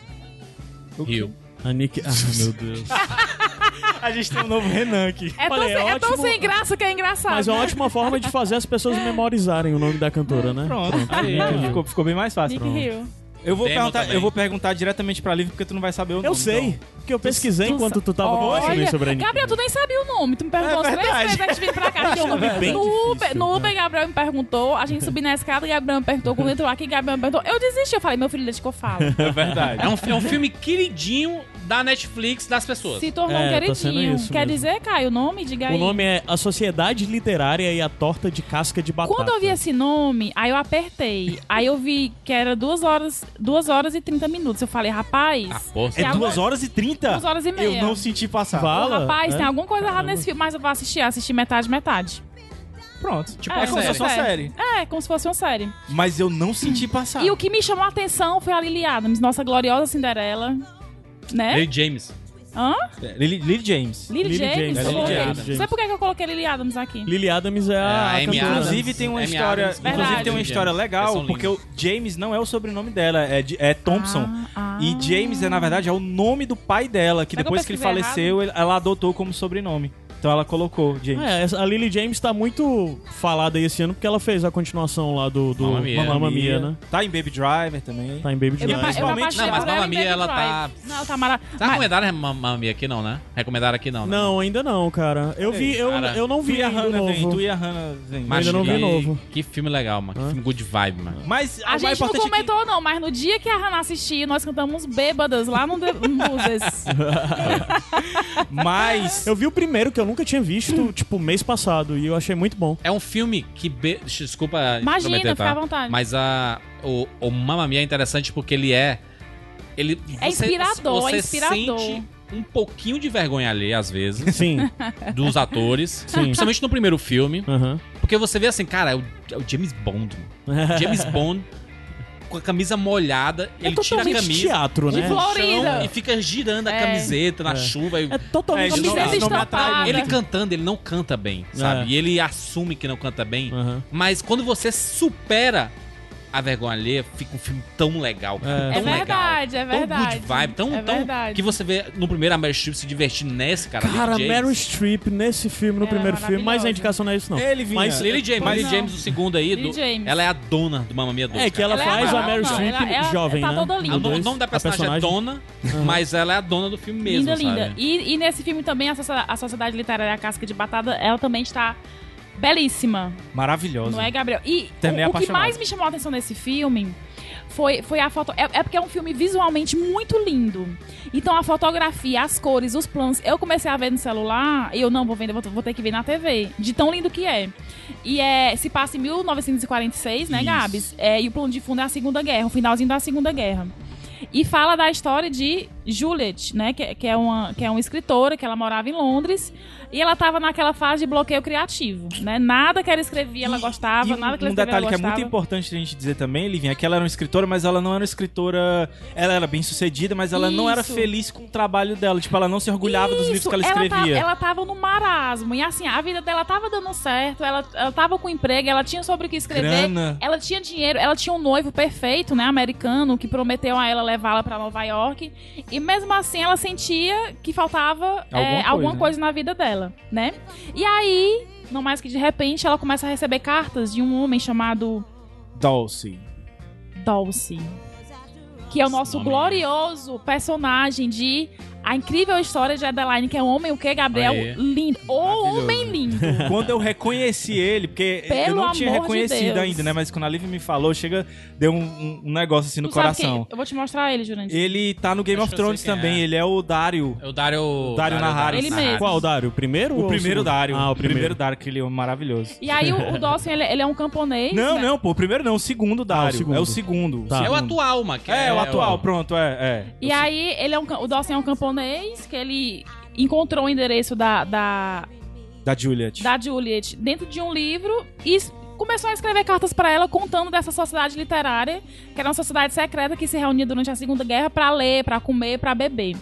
S3: riu.
S2: A Nick. Ah, meu Deus.
S1: A gente tem um novo Renan aqui.
S4: É, tão,
S2: Olha, é
S4: sem, é tão
S2: ótimo.
S4: sem graça que é engraçado.
S2: Mas é uma ótima forma de fazer as pessoas memorizarem o nome da cantora, né?
S1: Pronto.
S3: Aí,
S1: Aí, ficou, ficou bem mais fácil.
S4: Nick Hill.
S1: Eu vou,
S3: Demo
S1: perguntar,
S3: também.
S1: eu vou perguntar diretamente pra Lívia porque tu não vai saber o nome.
S2: Eu sei,
S1: então.
S2: porque eu pesquisei
S4: Tu
S2: enquanto
S4: sa-
S2: tu tava
S4: Olha,
S2: conversando aí sobre a Nick.
S4: Gabriel, tu nem sabia o nome. Tu me perguntou
S1: É
S4: umas três
S1: verdade.
S4: vezes antes de vir pra cá. que eu-
S2: bem
S4: no, Uber,
S2: difícil,
S4: no
S2: né?
S4: Uber, Gabriel me perguntou. A gente subiu na escada, Gabriel me perguntou.
S3: um-
S4: Quando entrou aqui, Gabriel me perguntou. Eu desisti. Eu falei, meu filho, deixa que eu falo.
S1: É verdade.
S3: É um, é um filme queridinho da Netflix das pessoas.
S4: Se tornou
S2: É,
S4: um
S2: tá sendo
S4: queridinho.
S2: isso
S4: Quer
S2: mesmo.
S4: dizer, Caio, o nome? Diga aí.
S2: O nome é A Sociedade Literária e a Torta de Casca de Batata.
S4: Quando eu vi esse nome, aí eu apertei. aí eu vi que era duas horas, duas horas e 30 minutos. Eu falei, rapaz.
S3: Ah, porra.
S4: tem
S1: É
S4: algum-
S1: duas horas e trinta?
S4: Duas horas e meia.
S1: Eu não senti passar.
S2: Vá.
S4: Ô,
S2: fala,
S4: Rapaz,
S2: né?
S4: tem alguma coisa errada nesse filme, mas eu vou assistir, assistir metade, metade.
S1: Pronto. Tipo,
S4: é,
S1: é como se fosse uma série. Ah.
S4: É, como se fosse uma série.
S1: Mas eu não senti passar.
S4: E o que me chamou a atenção foi a Lily Adams, nossa gloriosa Cinderela. Né?
S3: Lily James.
S4: Hã?
S1: É, Lily, Lily James.
S4: Lily,
S2: Lily
S4: James.
S2: James.
S4: eu
S1: Lily
S4: coloquei.
S1: James.
S4: Sabe por que que eu coloquei Lily Adams aqui?
S2: Lily Adams é a,
S3: É,
S2: a
S3: a Amy
S2: cantora.
S3: Adams.
S1: Inclusive tem uma
S3: Amy
S1: história,
S3: Adams.
S1: inclusive tem uma
S3: Verdade.
S1: história
S3: Eles
S1: legal,
S3: são
S1: porque o
S3: lindos.
S1: James não é o sobrenome dela, é, de- é Thompson.
S4: Ah, ah.
S1: E James é na verdade é o nome do pai dela, que
S4: Será que
S1: depois
S4: eu
S1: que ele
S4: pesquisei
S1: faleceu, ele- ela adotou como sobrenome. Então ela colocou James.
S2: É, essa- a Lily James tá muito falada aí esse ano porque ela fez a continuação lá do, do
S3: Mamma Mia.
S2: Mamma Mia, né?
S1: Tá em Baby Driver também.
S2: Tá em Baby
S4: Eu me, apa-
S2: Drive.
S4: eu me
S1: Principalmente-
S4: apaixonei
S3: Não, mas
S4: por ela
S3: Mamma
S4: em
S3: Mia,
S4: Baby
S3: ela tá-
S4: Drive. Não, tá maravilhosa.
S3: Tá recomendada Mamma aqui não, né? Recomendaram aqui não, né?
S2: Não, ainda não, cara. Eu vi, eu,
S3: Cara, né,
S2: eu não
S1: Tu
S2: vi
S1: e a
S2: ainda o
S1: Hannah vem,
S2: novo.
S1: tu e a Hannah vem.
S3: Mas
S2: ainda não vi
S3: que-
S2: novo.
S3: Que filme legal, mano. Que filme good vibe, mano.
S1: Mas
S4: A
S1: o mais
S4: gente não
S1: importante é que-
S4: comentou, não, mas no dia que a Hannah assistiu, nós cantamos bêbadas lá no The Muses.
S1: Mas
S2: Eu vi o primeiro que eu nunca tinha visto, tipo, mês passado, e eu achei muito bom.
S3: É um filme que... Be... Desculpa
S4: Imagina,
S3: intrometer, tá?
S4: fica à vontade.
S3: Mas a... o, o Mamma Mia é interessante porque ele é... Ele,
S4: É inspirador, é
S3: você
S4: inspirador.
S3: sente um pouquinho de vergonha ali, às vezes,
S2: Sim.
S3: dos atores. Principalmente no primeiro filme.
S2: Aham.
S3: Porque você vê assim, cara, é o, é o James Bond. mano. James Bond com a camisa molhada.
S4: É
S3: ele tira a
S2: totalmente
S3: camisa.
S2: teatro,
S4: De
S2: né?
S4: volta.
S3: no chão
S4: Florida.
S3: E fica girando a
S4: É.
S3: camiseta na chuva. e-
S2: É totalmente
S1: É, isso não-
S2: teatro.
S4: Camiseta
S1: não me
S4: estampada.
S1: atrai,
S3: Ele cantando, ele não canta bem,
S4: É.
S3: sabe? E ele assume que não canta bem.
S2: Aham.
S3: Mas quando você supera a vergonha alheia, fica um filme tão legal. Tão
S4: É
S3: legal.
S4: verdade, é
S3: Tão
S4: verdade.
S3: good vibe, tão,
S4: É
S3: tão-
S4: verdade.
S3: Que você vê no primeiro a Meryl Streep se divertir nesse cara.
S2: Cara,
S3: Lily
S2: Meryl
S3: James.
S2: Streep nesse filme, no
S4: Ela é
S2: primeiro filme, mas
S4: maravilhosa.
S2: a indicação não é isso, não.
S1: ele vinha.
S2: Mas-
S3: Lily James,
S4: Mas
S3: Lily
S4: não.
S3: James, o segundo aí.
S4: Lily
S3: Do,
S4: James.
S3: ela é a dona do Mamma Mia 2.
S2: É, que ela,
S4: Ela é
S2: faz
S4: a
S2: a
S4: Mamma,
S2: Meryl Streep
S4: ela- ela-
S2: jovem,
S4: tá
S2: né?
S4: toda linda.
S3: O nome- o
S2: dois,
S3: nome da
S2: a
S3: personagem, é Dona, mas ela é a dona do filme mesmo,
S4: Linda,
S3: sabe?
S4: linda. E, e nesse filme também, a, socia- a Sociedade Literária Casca de Batata, ela também está belíssima,
S1: Maravilhosa.
S4: não é, Gabriel? E
S1: Também
S4: o, o que
S1: apaixonado.
S4: mais me chamou a atenção nesse filme foi, foi a foto. É, é porque é um filme visualmente muito lindo. Então a fotografia, as cores, os planos. Eu comecei a ver no celular e eu não vou ver, vou, vou ter que ver na TV. De tão lindo que é. E é, se passa em 1946, né,
S1: Isso.
S4: Gabs? É, e o plano de fundo é a Segunda Guerra, o finalzinho da Segunda Guerra. E fala da história de Juliet, né? Que, que é uma, que é uma escritora, que ela morava em Londres. E ela tava naquela fase de bloqueio criativo, né? Nada que ela escrevia, ela
S1: E-
S4: gostava.
S1: e
S4: nada que ela
S1: um
S4: escrevia,
S1: detalhe
S4: ela
S1: que é
S4: gostava.
S1: muito importante a gente dizer também, Livinha, é que ela era uma escritora, mas ela não era uma escritora. Ela era bem sucedida, mas ela não era
S4: Isso.
S1: feliz com o trabalho dela. Tipo, ela não se orgulhava dos livros
S4: Isso,
S1: que ela escrevia.
S4: Tava, ela tá- tava no marasmo. E assim, a vida dela tava dando certo, ela, ela tava com emprego, ela tinha sobre o que escrever.
S1: Grana.
S4: Ela tinha dinheiro, ela tinha um noivo perfeito, né, americano, que prometeu a ela levá-la pra Nova York. E mesmo assim, ela sentia que faltava é,
S1: Alguma
S4: alguma,
S1: coisa, né?
S4: coisa na vida dela, né? E aí, não mais que de repente, ela começa a receber cartas de um homem chamado
S1: Dulce.
S4: Dulce, que é o nosso
S3: nome é-
S4: glorioso personagem de A Incrível História de Adeline, que é um homem o quê, Gabriel?
S3: Aí.
S4: Lindo. O homem lindo.
S1: Quando eu reconheci ele, porque eu
S4: Pelo
S1: não tinha
S4: amor de
S1: reconhecido
S4: Deus.
S1: ainda, né? Mas quando a Liv me falou, chega, deu um, um- um negócio assim no
S4: Tu sabe
S1: coração.
S4: quem- é? Eu vou te mostrar ele, Jurandir.
S1: Ele tá no Game
S3: Acho
S1: of
S3: que eu
S1: Thrones
S3: sei quem
S1: também,
S3: é.
S1: ele é o Dario.
S3: É o Dario...
S1: Dario Naharis.
S4: Ele mesmo.
S2: Qual, Dário? O primeiro?
S1: O
S2: ou
S1: primeiro
S2: segundo?
S1: Dario.
S2: Ah, o
S1: primeiro
S2: primeiro.
S1: Dario, aquele homem maravilhoso.
S4: E aí o, o Dawson, ele, ele é um camponês.
S1: Não,
S4: né?
S1: não, pô, o primeiro não, o segundo Dario.
S2: Ah, segundo.
S1: É o segundo.
S2: Tá.
S3: É o
S1: segundo.
S3: atual, mano. que
S1: É, o atual, pronto, é, é.
S4: E aí ele é um, ca- o Dawson é um camponês que ele encontrou o endereço da, da,
S1: Da Juliet.
S4: da Juliet dentro de um livro e es- começou a escrever cartas pra ela contando dessa sociedade literária, que era uma sociedade secreta que se reunia durante a Segunda Guerra pra ler, pra comer, pra beber.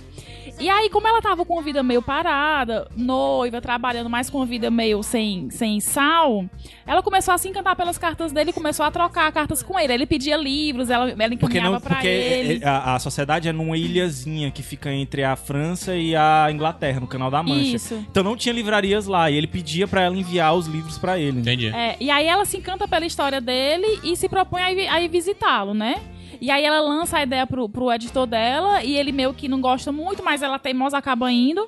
S4: E aí, como ela tava com a vida meio parada, noiva, trabalhando mais com a vida meio sem, sem sal, ela começou a se encantar pelas cartas dele e começou a trocar cartas com ele. Ele pedia livros, ela, ela
S1: Porque
S4: encaminhava
S1: não,
S4: pra
S1: porque é,
S4: ele.
S1: a, a sociedade é numa ilhazinha que fica entre a França e a Inglaterra, no Canal da Mancha.
S4: Isso.
S1: Então não tinha livrarias lá e ele pedia pra ela enviar os livros pra ele. né?
S3: Entendi.
S4: É, e aí ela se encanta pela história dele e se propõe a ir, a ir visitá-lo, né? E aí ela lança a ideia pro, pro editor dela e ele meio que não gosta muito, mas ela teimosa acaba indo.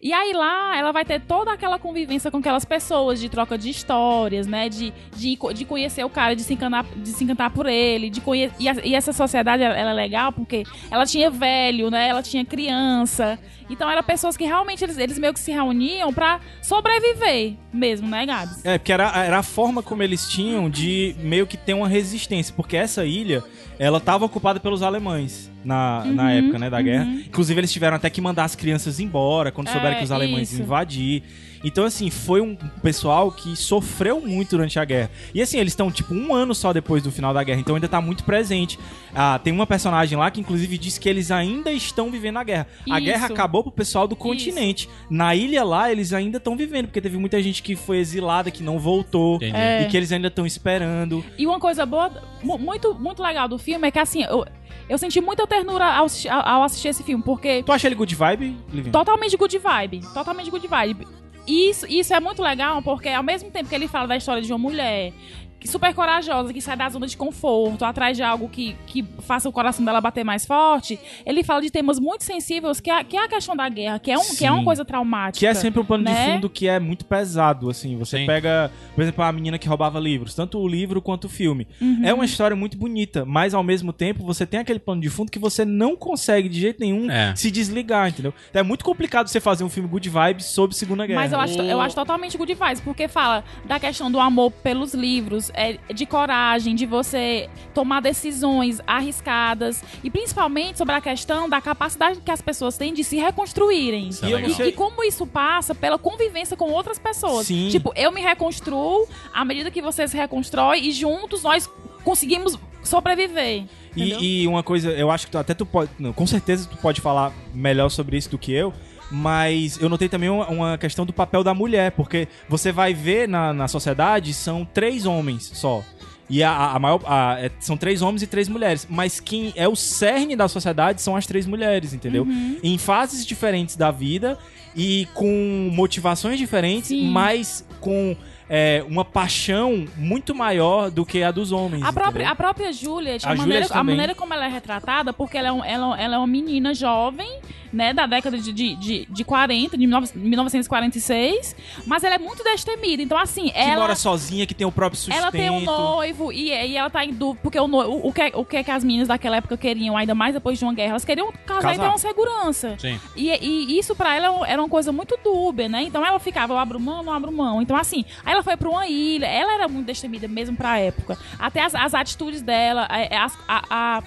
S4: E aí lá ela vai ter toda aquela convivência com aquelas pessoas, de troca de histórias, né? De, de, co- de conhecer o cara, de se encantar, de se encantar por ele. De conhe... e, a- e essa sociedade ela ela é legal porque ela tinha velho, né? Ela tinha criança. Então eram pessoas que realmente eles, eles meio que se reuniam pra sobreviver mesmo, né, Gabs?
S1: É, porque era, era a forma como eles tinham de meio que ter uma resistência, porque essa ilha, ela tava ocupada pelos alemães na,
S4: Uhum,
S1: na época, né, da guerra. Inclusive, eles tiveram até que mandar as crianças embora quando
S4: É,
S1: souberam que os alemães
S4: isso.
S1: iam invadir. Então, assim, foi um pessoal que sofreu muito durante a guerra. E, assim, eles estão, tipo, um ano só depois do final da guerra, então ainda tá muito presente. Ah, tem uma personagem lá que, inclusive, diz que eles ainda estão vivendo a guerra. A
S4: Isso.
S1: guerra acabou pro pessoal do continente. Na ilha lá, eles ainda estão vivendo, porque teve muita gente que foi exilada, que não voltou.
S3: Entendi.
S4: É.
S1: E que eles ainda estão esperando.
S4: E uma coisa boa, mu- muito, muito legal do filme é que assim, eu, eu senti muita ternura ao, assisti- ao- ao assistir esse filme, porque
S1: Tu acha ele good vibe, Livinho?
S4: totalmente good vibe, totalmente good vibe. E isso, isso é muito legal, porque ao mesmo tempo que ele fala da história de uma mulher que- super corajosa, que sai da zona de conforto, atrás de algo que, que faça o coração dela bater mais forte, ele fala de temas muito sensíveis, que é, que é a questão da guerra, que é, um, que é uma
S1: Sim.
S4: coisa traumática.
S1: Que é sempre um pano
S4: né?
S1: de fundo que é muito pesado, assim. Você
S3: Sim.
S1: pega, por exemplo, a menina que roubava livros, tanto o livro quanto o filme. É uma história muito bonita, mas ao mesmo tempo você tem aquele pano de fundo que você não consegue de jeito nenhum
S3: É.
S1: se desligar, entendeu? Então é muito complicado você fazer um filme good vibe sobre Segunda Guerra.
S4: Mas eu acho, eu acho totalmente good vibes, porque fala da questão do amor pelos livros, é, de coragem, de você tomar decisões arriscadas e principalmente sobre a questão da capacidade que as pessoas têm de se reconstruírem.
S3: Isso é
S1: E eu não
S3: legal.
S4: E como isso passa pela convivência com outras pessoas.
S1: Sim.
S4: Tipo, eu me reconstruo à medida que você se reconstrói e juntos nós conseguimos sobreviver. entendeu?
S1: E, e uma coisa, eu acho que tu- até tu pode. não, com certeza tu pode falar melhor sobre isso do que eu. Mas eu notei também uma, uma questão do papel da mulher, porque você vai ver na, na sociedade são três homens só. E a, a- a maior. a- é- são três homens e três mulheres. Mas quem é o cerne da sociedade são as três mulheres, entendeu?
S4: Uhum.
S1: Em fases diferentes da vida e com motivações diferentes,
S4: Sim.
S1: mas com é, uma paixão muito maior do que a dos homens.
S4: A própria,
S1: entendeu?
S4: a própria Juliet, a,
S1: A Juliet
S4: maneira, a
S1: também.
S4: maneira como ela é retratada, porque ela é, um- ela, ela é uma menina jovem, né, da década de, de, de, de 40, de 19- 1946, mas ela é muito destemida. Então, assim,
S1: que
S4: ela.
S1: mora sozinha, que tem o próprio sustento.
S4: Ela tem um noivo e, e ela tá em dúvida, porque o, no- o, o, que, o que é que as meninas daquela época queriam, ainda mais depois de uma guerra? Elas queriam casar, e ter
S1: Casar.
S4: uma segurança.
S3: Sim.
S4: E, e isso pra ela é um- era uma coisa muito dúbia, né? Então ela ficava, eu abro mão, não abro mão. Então, assim, aí ela foi pra uma ilha, ela era muito destemida mesmo pra época. Até as, as atitudes dela, a- é, a- a, a,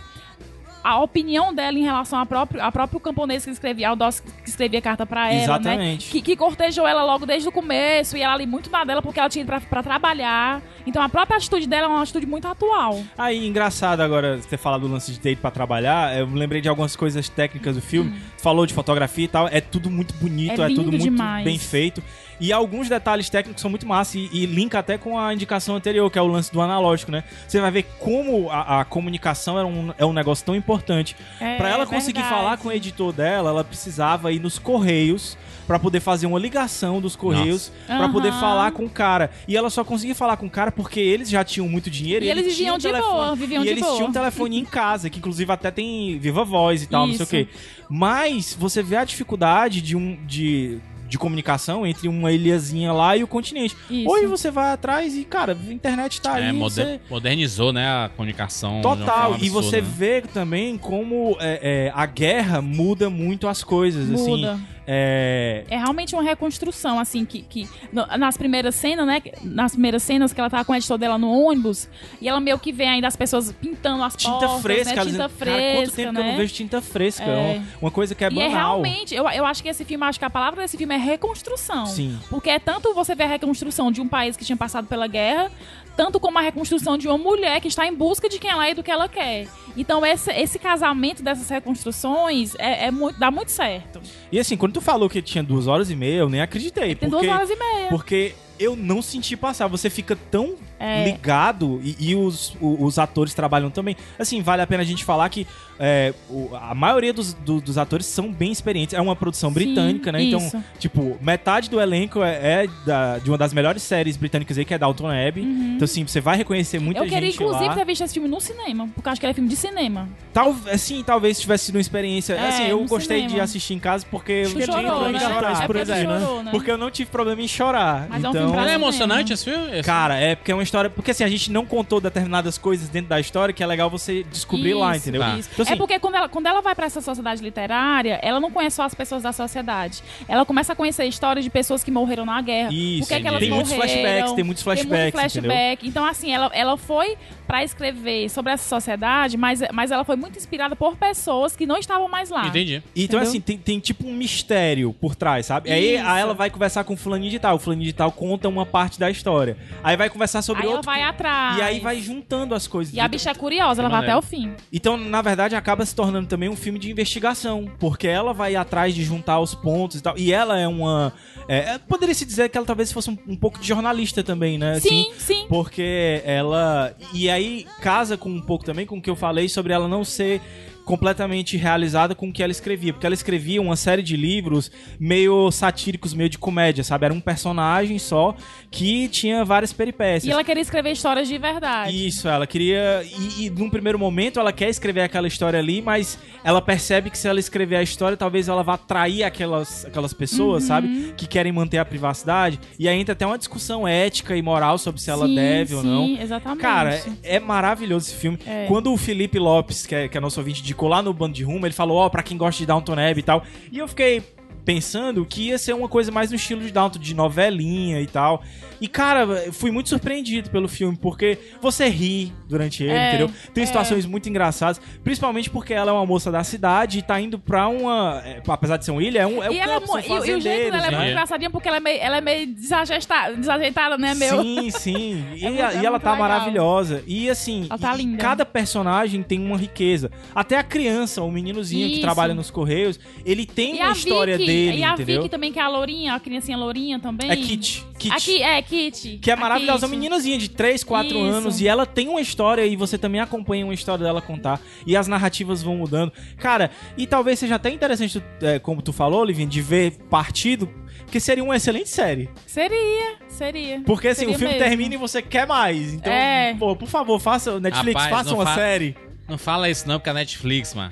S4: a opinião dela em relação ao próprio, ao próprio camponês que escrevia, ao Doss que escrevia carta pra ela, né?
S1: Exatamente.
S4: Que, que cortejou ela logo desde o começo, e ela ali muito na dela porque ela tinha ido pra, pra trabalhar. Então a própria atitude dela é uma atitude muito atual.
S1: Aí, engraçado agora você falar do lance de ter ido pra trabalhar. Eu me lembrei de algumas coisas técnicas do filme. Falou de fotografia e tal. É tudo muito bonito,
S4: Hum. É
S1: é,
S4: lindo
S1: tudo muito
S4: demais.
S1: bem feito. E alguns detalhes técnicos são muito massa e, e linka até com a indicação anterior, que é o lance do analógico, né? Você vai ver como a, a comunicação é um, é um negócio tão importante.
S4: É,
S1: Pra ela conseguir
S4: verdade.
S1: falar com o editor dela, ela precisava ir nos correios pra poder fazer uma ligação dos correios pra
S4: Aham.
S1: poder falar com o cara. E ela só conseguia falar com o cara porque eles já tinham muito dinheiro
S4: E
S1: ele
S4: eles
S1: tinha
S4: viviam
S1: um
S4: de
S1: telefone-
S4: boa, viviam
S1: e
S4: de
S1: eles
S4: boa.
S1: tinham um telefone em casa, que inclusive até tem viva voz e tal, não sei o
S4: Isso.
S1: quê. Mas você vê a dificuldade de um de de comunicação entre uma ilhazinha lá e o continente.
S4: Isso.
S1: Hoje você vai atrás e, cara, a internet tá
S3: É,
S1: aí.
S3: moder-
S1: você-
S3: modernizou, né, a comunicação. de uma
S1: Total,
S3: forma
S1: e você
S3: absurda, né?
S1: vê também como é, é, a guerra muda muito as coisas,
S4: Muda.
S1: assim. É,
S4: é realmente uma reconstrução, assim, que, que no- nas primeiras cenas, né? que- Nas primeiras cenas que ela tá com o editor dela no ônibus, e ela meio que vê ainda as pessoas pintando as
S1: tinta
S4: portas,
S1: fresca,
S4: né,
S1: ela
S4: tinta
S1: dizendo,
S4: fresca,
S1: cara, quanto tempo
S4: né?
S1: que eu não vejo tinta fresca?
S4: É.
S1: É uma- Uma coisa que é
S4: e é
S1: banal.
S4: realmente, eu, eu acho que esse filme, acho que a palavra desse filme é reconstrução.
S1: Sim.
S4: Porque é tanto você vê a reconstrução de um país que tinha passado pela guerra, tanto como a reconstrução de uma mulher que está em busca de quem ela é e do que ela quer. Então, esse, esse casamento dessas reconstruções é, é muito, dá muito certo.
S1: E assim, quando tu falou que tinha duas horas e meia, eu nem acreditei.
S4: Tem
S1: porque,
S4: duas horas e meia.
S1: Porque eu não senti passar. Você fica tão
S4: É,
S1: ligado e, e os, o- os atores trabalham também. Assim, vale a pena a gente falar que é, o- a maioria dos, do- dos atores são bem experientes. É uma produção
S4: Sim,
S1: britânica, né?
S4: isso.
S1: Então, tipo, metade do elenco é, é da- de uma das melhores séries britânicas aí, que é Dalton Abbey. Então, assim, você vai reconhecer muita
S4: Uhum. Eu
S1: gente
S4: queria, inclusive,
S1: lá.
S4: ter visto esse filme no cinema, porque eu acho que ele é filme de cinema.
S1: Tal, assim, talvez tivesse sido uma experiência.
S4: É,
S1: assim, eu
S4: no
S1: gostei
S4: cinema.
S1: de assistir em casa porque eu
S4: Tu
S1: não tive
S4: chorou,
S1: problema
S4: né?
S1: em chorar.
S4: É porque
S1: pois
S4: tu
S1: é.
S4: chorou, né?
S1: Porque eu não tive problema em chorar.
S4: Mas é um filme
S1: então,
S4: pra
S3: Não é
S4: cinema.
S3: emocionante esse filme? Esse-
S1: Cara, é porque é uma história. Porque assim, a gente não contou determinadas coisas dentro da história que é legal você descobrir lá,
S4: Isso,
S1: entendeu?
S4: isso.
S1: Então, assim,
S4: é porque quando ela, quando ela vai pra essa sociedade literária, ela não conhece só as pessoas da sociedade. Ela começa a conhecer histórias de pessoas que morreram na guerra.
S1: Isso,
S4: Por que, é que elas
S1: tem muitos
S4: morreram?
S1: flashbacks, tem muitos flashbacks,
S4: Tem muito flashback. Então, assim, ela, ela foi pra escrever sobre essa sociedade, mas, mas ela foi muito inspirada por pessoas que não estavam mais lá.
S3: Entendi.
S1: Então,
S4: Entendeu?
S1: assim, tem, tem tipo um mistério por trás, sabe? Aí
S4: Isso.
S1: aí ela vai conversar com o fulaninho de tal. O fulaninho de tal conta uma parte da história. Aí vai conversar sobre
S4: Aí ela
S1: outro.
S4: vai atrás.
S1: E aí vai juntando as coisas. né?
S4: E a bicha é curiosa, ela vai até
S3: maneiro.
S4: o fim.
S1: Então, na verdade, acaba se tornando também um filme de investigação, porque ela vai atrás de juntar os pontos e tal. E ela é uma. é, é, poderia se dizer que ela talvez fosse um, um pouco de jornalista também, né? Assim,
S4: Sim, sim.
S1: Porque ela. E aí casa com um pouco também com o que eu falei sobre ela não ser completamente realizada com o que ela escrevia. Porque ela escrevia uma série de livros meio satíricos, meio de comédia, sabe? Era um personagem só que tinha várias peripécias.
S4: E ela queria escrever histórias de verdade.
S1: Isso, ela queria. E, e num primeiro momento ela quer escrever aquela história ali, mas ela percebe que se ela escrever a história, talvez ela vá atrair aquelas, aquelas pessoas,
S4: Uhum.
S1: sabe? Que querem manter a privacidade. E aí entra até uma discussão ética e moral sobre se ela
S4: Sim,
S1: deve ou não.
S4: Sim, exatamente.
S1: Cara, é, é maravilhoso esse filme.
S4: É.
S1: Quando o Felipe Lopes, que é, que é nosso ouvinte, indicou lá no Bando de Rumo, ele falou, ó, pra quem gosta de Downton Abbey e tal. E eu fiquei pensando que ia ser uma coisa mais no estilo de Downton, de novelinha e tal. E, cara, eu fui muito surpreendido pelo filme, porque você ri durante ele,
S4: É,
S1: entendeu? Tem situações muito engraçadas, principalmente porque ela é uma moça da cidade e tá indo pra uma... é, apesar de ser uma ilha, é um é
S4: e,
S1: o
S4: ela é
S1: campo,
S4: mo- e-
S1: são
S4: e o jeito
S1: fazendeiros,
S4: dela é
S1: né?
S4: muito engraçadinha porque ela é meio, ela é meio desajesta- desajeitada, né, meu?
S1: Sim, sim. E,
S4: É muito-
S1: a-
S4: é
S1: e
S4: muito
S1: ela tá
S4: legal.
S1: maravilhosa. E assim,
S4: Ela tá
S1: e- e
S4: linda.
S1: cada personagem tem uma riqueza. Até a criança, o meninozinho
S4: Isso.
S1: que trabalha nos Correios, ele tem
S4: E
S1: uma
S4: a
S1: história
S4: Vicky,
S1: dele,
S4: E a
S1: entendeu?
S4: Vicky também, que é a lourinha, a criancinha lourinha também.
S1: É Kit. Kit.
S4: Aqui, é, Kit.
S1: Que é
S4: A
S1: maravilhosa,
S4: Kit.
S1: uma meninazinha de 3, 4
S4: Isso.
S1: anos e ela tem uma história e você também acompanha uma história dela contar e as narrativas vão mudando. Cara, e talvez seja até interessante, tu- é, como tu falou, Livinho, de ver partido, porque seria uma excelente série.
S4: Seria, seria.
S1: Porque assim,
S4: Seria
S1: o filme
S4: mesmo.
S1: termina e você quer mais. Então,
S4: É.
S1: pô, por favor, faça. Netflix,
S3: Rapaz,
S1: faça
S3: não
S1: uma
S3: fa-
S1: série.
S3: Não fala isso não, porque é Netflix, mano.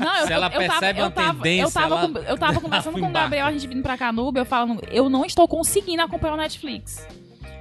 S4: Não, eu,
S3: Se ela
S4: eu- eu tava,
S3: percebe uma
S4: eu tava, eu
S3: tendência,
S4: tava,
S3: ela-
S4: com- eu tava conversando com o
S3: embarca.
S4: Gabriel, a gente vindo pra Canuba, eu falando, eu não estou conseguindo acompanhar o Netflix.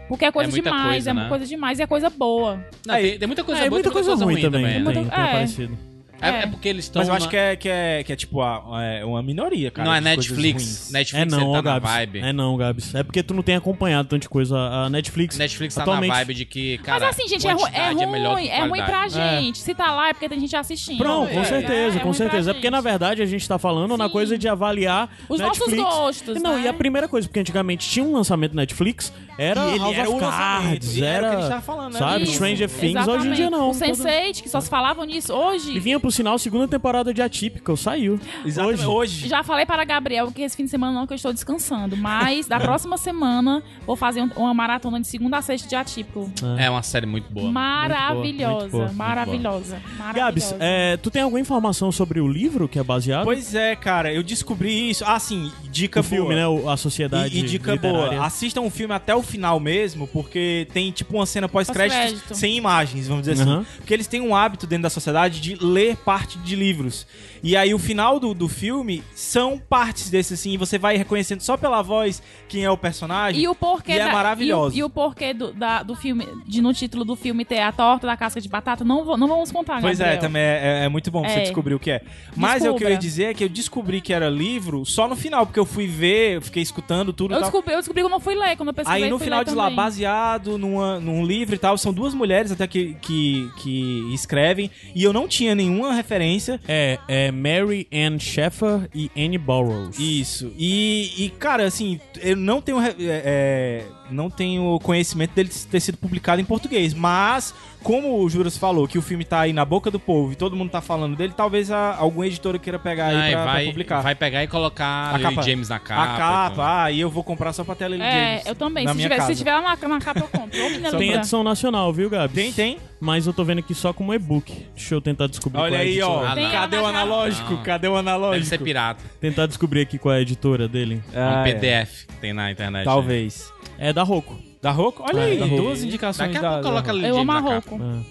S4: Porque é coisa
S3: É muita
S4: demais,
S3: coisa,
S4: é uma
S3: né?
S4: coisa demais e é coisa boa.
S3: Não, tem, tem muita coisa
S2: é
S3: boa e
S2: muita
S3: tem
S2: coisa, ruim, também. Tem,
S3: né?
S2: tem
S4: É.
S2: aparecido.
S3: É,
S4: É.
S3: é porque eles estão.
S1: Mas eu acho que é, que é, que é tipo a- é uma minoria, cara.
S3: Não é
S1: de coisas
S3: Netflix.
S1: ruins.
S2: É
S3: Netflix
S2: não,
S3: ele
S2: ó,
S3: tá na
S2: Gabs.
S3: vibe.
S2: É não, Gabs. É porque tu não tem acompanhado tanta coisa. A Netflix.
S3: Netflix tá
S2: atualmente...
S3: na vibe de que, cara.
S4: Mas assim, gente, é, ru- é
S3: quantidade
S4: ruim,
S3: melhor que
S4: é, ruim pra
S3: qualidade.
S4: gente. Se tá lá é porque tem gente assistindo.
S2: Pronto,
S4: É,
S2: com certeza,
S4: é ruim
S2: com
S4: pra
S2: certeza. É porque,
S4: gente.
S2: na verdade, a gente tá falando na
S4: Sim.
S2: coisa de avaliar
S4: Os nossos
S2: Netflix.
S4: gostos,
S2: Não,
S4: né?
S2: e a primeira coisa, porque antigamente tinha um lançamento Netflix, era
S1: E ele
S2: House
S1: era
S2: of
S1: o lançamento,
S2: Cards,
S1: e era o que a gente
S2: era...
S1: tava falando, né?
S2: sabe,
S4: Isso,
S2: Stranger Things, hoje em
S4: exatamente.
S2: dia não.
S4: O Sense8, que só se falavam nisso
S2: E
S4: hoje.
S2: vinha, por sinal, segunda temporada de Atypical, saiu.
S1: Exatamente.
S2: Hoje.
S1: Hoje.
S4: Já falei para Gabriel que esse fim de semana não, que eu estou descansando. Mas da próxima semana vou fazer um- uma maratona de segunda a sexta de atípico.
S3: É uma série muito boa.
S4: Maravilhosa,
S2: Ah, muito boa, muito
S4: maravilhosa, maravilhosa.
S2: Gabs, é, tu tem alguma informação sobre o livro que é baseado?
S1: Pois é, cara, eu descobri isso. Ah, sim, dica
S2: o
S1: boa.
S2: filme, né? o- A Sociedade
S1: E, e dica
S2: Literária.
S1: boa, assistam o filme até o final mesmo, porque tem tipo uma cena
S4: Pós-crédito.
S1: pós-crédito sem imagens, vamos dizer
S2: Aham.
S1: assim. Porque eles têm um hábito dentro da sociedade de ler parte de livros. E aí o final do, do filme são partes desse assim, e você vai reconhecendo só pela voz quem é o personagem.
S4: E o porquê
S1: E é
S4: da-
S1: maravilhoso.
S4: E o, e o porquê do, da- do filme, de no título do filme ter a torta da casca de batata, não, vou- não vamos contar,
S1: Pois é,
S4: Gabriel.
S1: também é, é- é muito bom
S4: É.
S1: você descobrir o que é. Mas é o que eu
S4: Descubra.
S1: ia dizer é que eu descobri que era livro só no final, porque eu fui ver, eu fiquei escutando tudo e
S4: Eu
S1: tal.
S4: descobri, eu descobri que eu não fui ler, quando eu pesquisei
S1: Aí no
S4: fui
S1: final
S4: ler
S1: diz lá,
S4: também.
S1: baseado numa- num livro e tal, são duas mulheres até que, que, que escrevem, e eu não tinha nenhuma referência.
S2: É, é Mary Ann Sheffer e Annie Burroughs.
S1: Isso. E, e, cara, assim, eu não tenho. re- é, é, não tenho conhecimento dele ter sido publicado em português. Mas, como o Juras falou, que o filme tá aí na boca do povo e todo mundo tá falando dele, talvez a- algum editora queira pegar aí
S3: Ai,
S1: pra, pra
S3: vai,
S1: publicar.
S3: vai pegar e colocar Lily James na capa.
S1: A
S3: e
S1: capa,
S3: tal.
S1: ah, e eu vou comprar só pra ter a Lily James.
S4: É, eu também.
S1: na
S4: Se
S1: minha
S4: tiver, se
S1: casa.
S4: tiver lá na, na capa, eu compro. Ô, menina
S2: Tem
S4: linda.
S2: edição nacional, viu, Gabi?
S1: Tem, tem.
S2: Mas eu tô vendo aqui só como e-book. Deixa eu tentar descobrir
S1: Olha
S2: qual é a
S1: aí,
S2: edição.
S1: ó.
S3: Ah, não.
S1: Cadê o analógico?
S3: Não.
S1: Cadê o
S3: Deve
S1: analógico?
S3: ser pirata.
S2: Tentar descobrir aqui qual é a editora dele.
S3: É um
S1: Ah, é.
S3: PDF que tem na internet. né?
S1: Talvez.
S2: É da Roco.
S1: Da Roco? Olha
S2: É,
S1: aí,
S2: da Roku.
S1: duas indicações
S3: Daqui a
S1: da-
S3: pouco
S1: da
S3: coloca a
S1: Roku.
S3: Lily
S4: Eu
S3: James
S4: amo a
S3: na capa.
S4: Roku.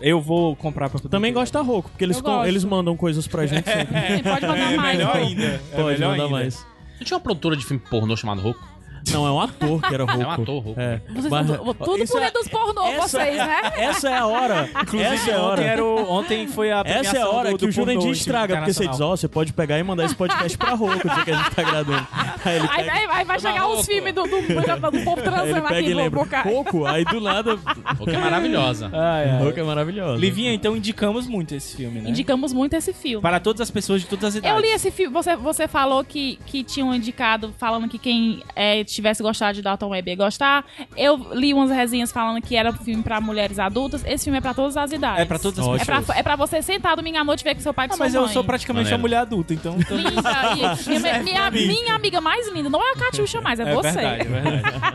S1: Eu vou comprar pra poder
S2: Também
S1: ter.
S2: gosto da Roco, porque eles,
S4: Eu
S2: com-
S4: gosto.
S2: eles mandam coisas pra gente sempre.
S4: Sim, Pode mandar mais.
S1: É Melhor
S4: pô.
S1: ainda. É
S2: Pode
S1: melhor
S2: mandar
S1: ainda.
S2: mais.
S3: Não tinha uma produtora de filme pornô chamada Roku?
S2: Não, é um ator que era Roco.
S3: É um ator, Roku.
S2: É.
S1: né?
S4: Vocês
S2: Mas-
S4: são tu- tudo
S2: Isso
S4: por
S2: é-
S4: dentro dos pornô,
S2: essa-
S4: vocês, né?
S2: Essa é a hora.
S1: Inclusive,
S2: essa é a hora.
S1: Ontem, era o- ontem foi a
S2: Essa
S1: premiação
S2: é a hora
S1: do,
S2: que
S1: do
S2: o Jurandir
S1: pornô
S2: estraga, porque você diz,
S1: internacional.
S2: ó, você pode pegar e mandar esse podcast pra Roco, dizer que a gente tá gravando. Aí ele
S4: Aí,
S2: pega,
S4: aí- aí vai chegar
S3: Roku.
S4: uns filmes do, do, do, do povo
S2: aí ele
S4: transando
S2: pega
S4: aqui
S2: e
S4: no
S2: lembra.
S4: boca.
S2: Roco, aí do nada...
S3: Roku é maravilhosa.
S1: Ai, ai.
S2: Roco é maravilhosa.
S1: Livinha, então indicamos muito esse filme, né?
S4: Indicamos muito esse filme.
S1: Para todas as pessoas de todas as idades.
S4: Eu li esse filme, você, você falou que, que tinham indicado, falando que quem é, tivesse gostado de Dalton Web ia gostar. Eu li umas resenhas falando que era um filme pra mulheres adultas. Esse filme é pra todas as idades.
S1: É pra todas as
S2: Ótimo.
S4: É
S1: pessoas.
S4: pra, é pra você sentar domingo à noite e ver com seu pai e com
S1: Ah,
S4: sua
S1: mas eu
S4: mãe.
S1: sou praticamente
S3: Maneiro.
S1: uma mulher adulta, então...
S4: Linda. E minha, minha- minha amiga mais linda. Não é a Catiuxa mais, é,
S1: É
S4: você.
S1: verdade, é verdade.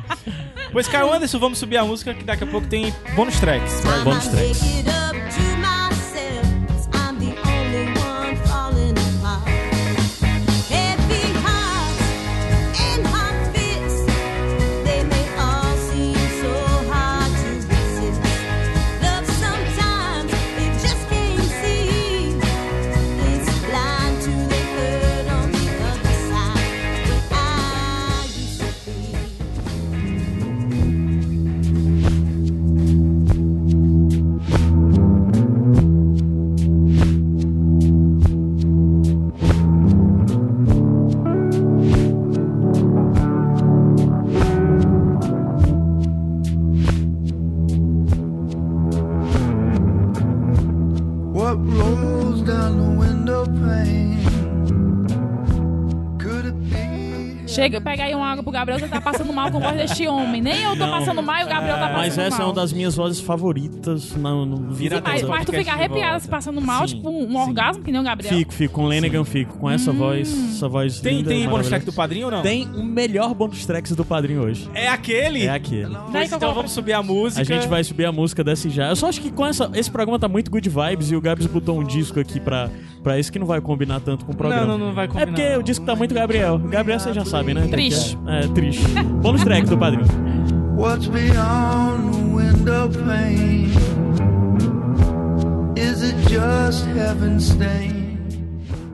S1: pois, Caio Anderson, vamos subir a música que daqui a pouco tem bônus tracks.
S5: Time I make it up to myself, 'cause I'm the only one falling apart. Heavy hearts and hot fits, they may all seem so hard to resist. Love sometimes it just can't see. It's blind to the hurt on the other side. But I used to be.
S6: What rolls down the window pane? Could it be?
S4: Chega, pega aí uma água pro Gabriel, você tá passando mal com a voz deste homem. Nem eu tô passando mal e o Gabriel tá passando mal.
S2: Mas essa é uma das minhas vozes favoritas no, no
S1: Vira
S4: Sim, mas, mas tu fica arrepiada se passando mal,
S1: Sim,
S4: tipo um
S1: sim.
S4: orgasmo, que nem o Gabriel.
S2: Fico, fico. Com Lennigan, fico. Com
S4: Hum.
S2: essa voz, essa voz
S1: Tem,
S2: linda,
S1: tem bônus
S2: maravilhosa.
S1: track do padrinho ou não?
S2: Tem o melhor bônus tracks do Padrinho hoje.
S1: É aquele?
S2: É aquele.
S4: Vai
S1: Pois
S4: que eu
S1: então
S4: vou-
S1: vamos subir a música.
S2: A gente vai subir a música dessa já. Eu só acho que com essa, esse programa tá muito good vibes e o Gabs botou um disco aqui pra, pra isso que não vai combinar tanto com o programa.
S1: Não, não, não vai combinar,
S2: É porque
S1: não.
S2: o disco tá muito Gabriel. Gabriel vocês já sabem, né?
S4: Triste.
S2: É, é triste. Bônus track do Padrinho.
S6: What's beyond the window pane? Is it just heaven stained?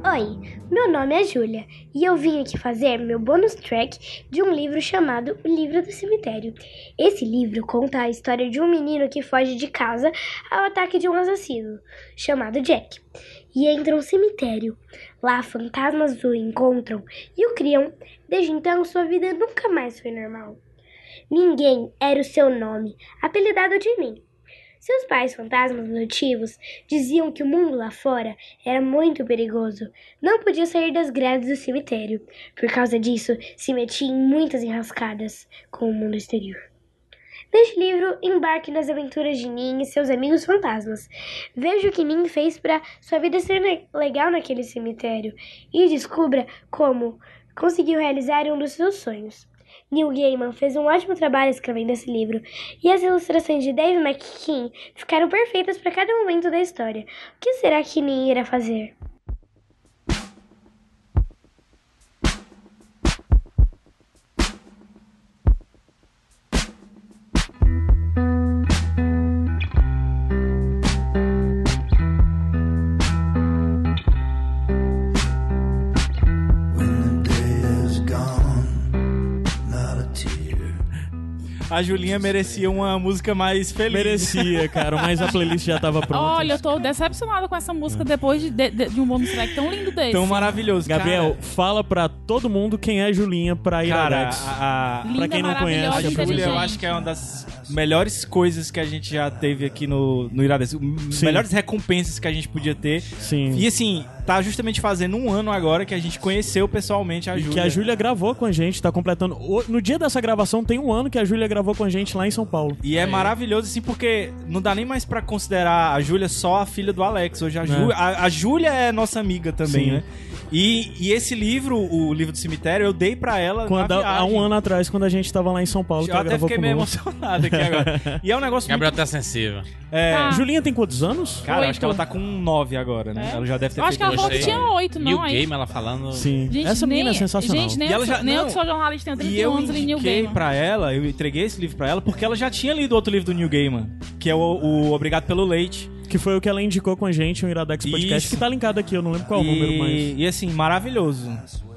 S7: Oi, meu nome é Júlia e eu vim aqui fazer meu bônus track de um livro chamado O Livro do Cemitério. Esse livro conta a história de um menino que foge de casa ao ataque de um assassino, chamado Jack, e entra um cemitério. Lá, fantasmas o encontram e o criam. Desde então, sua vida nunca mais foi normal. Ninguém era o seu nome, apelidado de mim. Seus pais fantasmas adotivos diziam que o mundo lá fora era muito perigoso. Não podia sair das grades do cemitério. Por causa disso, se metia em muitas enrascadas com o mundo exterior. Neste livro, embarque nas aventuras de Nin e seus amigos fantasmas. Veja o que Nin fez para sua vida ser le- legal naquele cemitério e descubra como conseguiu realizar um dos seus sonhos. Neil Gaiman fez um ótimo trabalho escrevendo esse livro, e as ilustrações de Dave McKean ficaram perfeitas para cada momento da história. O que será que Nin irá fazer?
S6: When the day is gone, not a tear.
S1: A Julinha merecia uma música mais feliz.
S2: Merecia, cara, mas a playlist já tava pronta.
S4: Olha, eu tô decepcionada com essa música depois de, de- de- de um bônus track tão lindo desse.
S2: Então,
S1: Tão maravilhoso.
S2: Gabriel,
S1: Cara,
S2: fala pra todo mundo quem é Julinha pra ir
S1: Cara,
S2: Iradex.
S1: a, a-
S4: Linda,
S2: pra quem não conhece,
S4: maravilhosa,
S1: a
S2: é
S1: Júlia,
S2: pra
S4: inteligente.
S1: eu acho que é uma das melhores coisas que a gente já teve aqui no, no Iradex.
S2: Sim.
S1: Melhores recompensas que a gente podia ter.
S2: Sim.
S1: E assim, tá justamente fazendo um ano agora que a gente conheceu pessoalmente a
S2: E
S1: Júlia.
S2: que a Júlia gravou com a gente, tá completando. o- No dia dessa gravação tem um ano que a Júlia gravou com a gente lá em São Paulo.
S1: E é maravilhoso, assim, porque não dá nem mais pra considerar a Júlia só a filha do Alex. Hoje a, Jú- a, a Júlia é nossa amiga também,
S2: É. Sim.
S1: né? E, e esse livro, o livro do cemitério, eu dei pra ela
S2: Quando,
S1: na
S2: há
S1: viagem.
S2: um ano atrás, quando a gente tava lá em São Paulo, que
S1: Eu
S2: ela
S1: até
S2: gravou
S1: fiquei
S2: com
S1: meio
S2: nós.
S1: emocionado aqui agora. E é um negócio muito...
S3: Gabriel tá sensível.
S1: É,
S4: Tá.
S2: Julinha tem quantos anos?
S1: Cara, acho que ela
S4: Oito.
S1: tá com um 9 agora, né?
S4: É?
S1: Ela já deve ter
S4: Eu acho que
S1: feito É.
S4: ela falou que
S3: Gostei.
S4: tinha oito,
S3: New
S4: não, aí.
S3: Game, ela falando.
S2: Sim. Essa menina é sensacional.
S4: Gente, nem,
S1: E
S4: eu,
S1: ela
S4: sou-
S1: já-
S4: nem eu
S1: não.
S4: que sou jornalista, tenho
S1: E
S4: 31
S1: eu
S4: anos li New
S1: indiquei
S4: Game.
S1: pra ela, eu entreguei esse livro pra ela, porque ela já tinha lido outro livro do New Gaiman, que é o, o Obrigado pelo Leite.
S2: Que foi o que ela indicou com a gente, o Iradex Podcast,
S1: Isso.
S2: que tá linkado aqui, eu não lembro qual o
S1: e,
S2: número, mas.
S1: e assim, maravilhoso.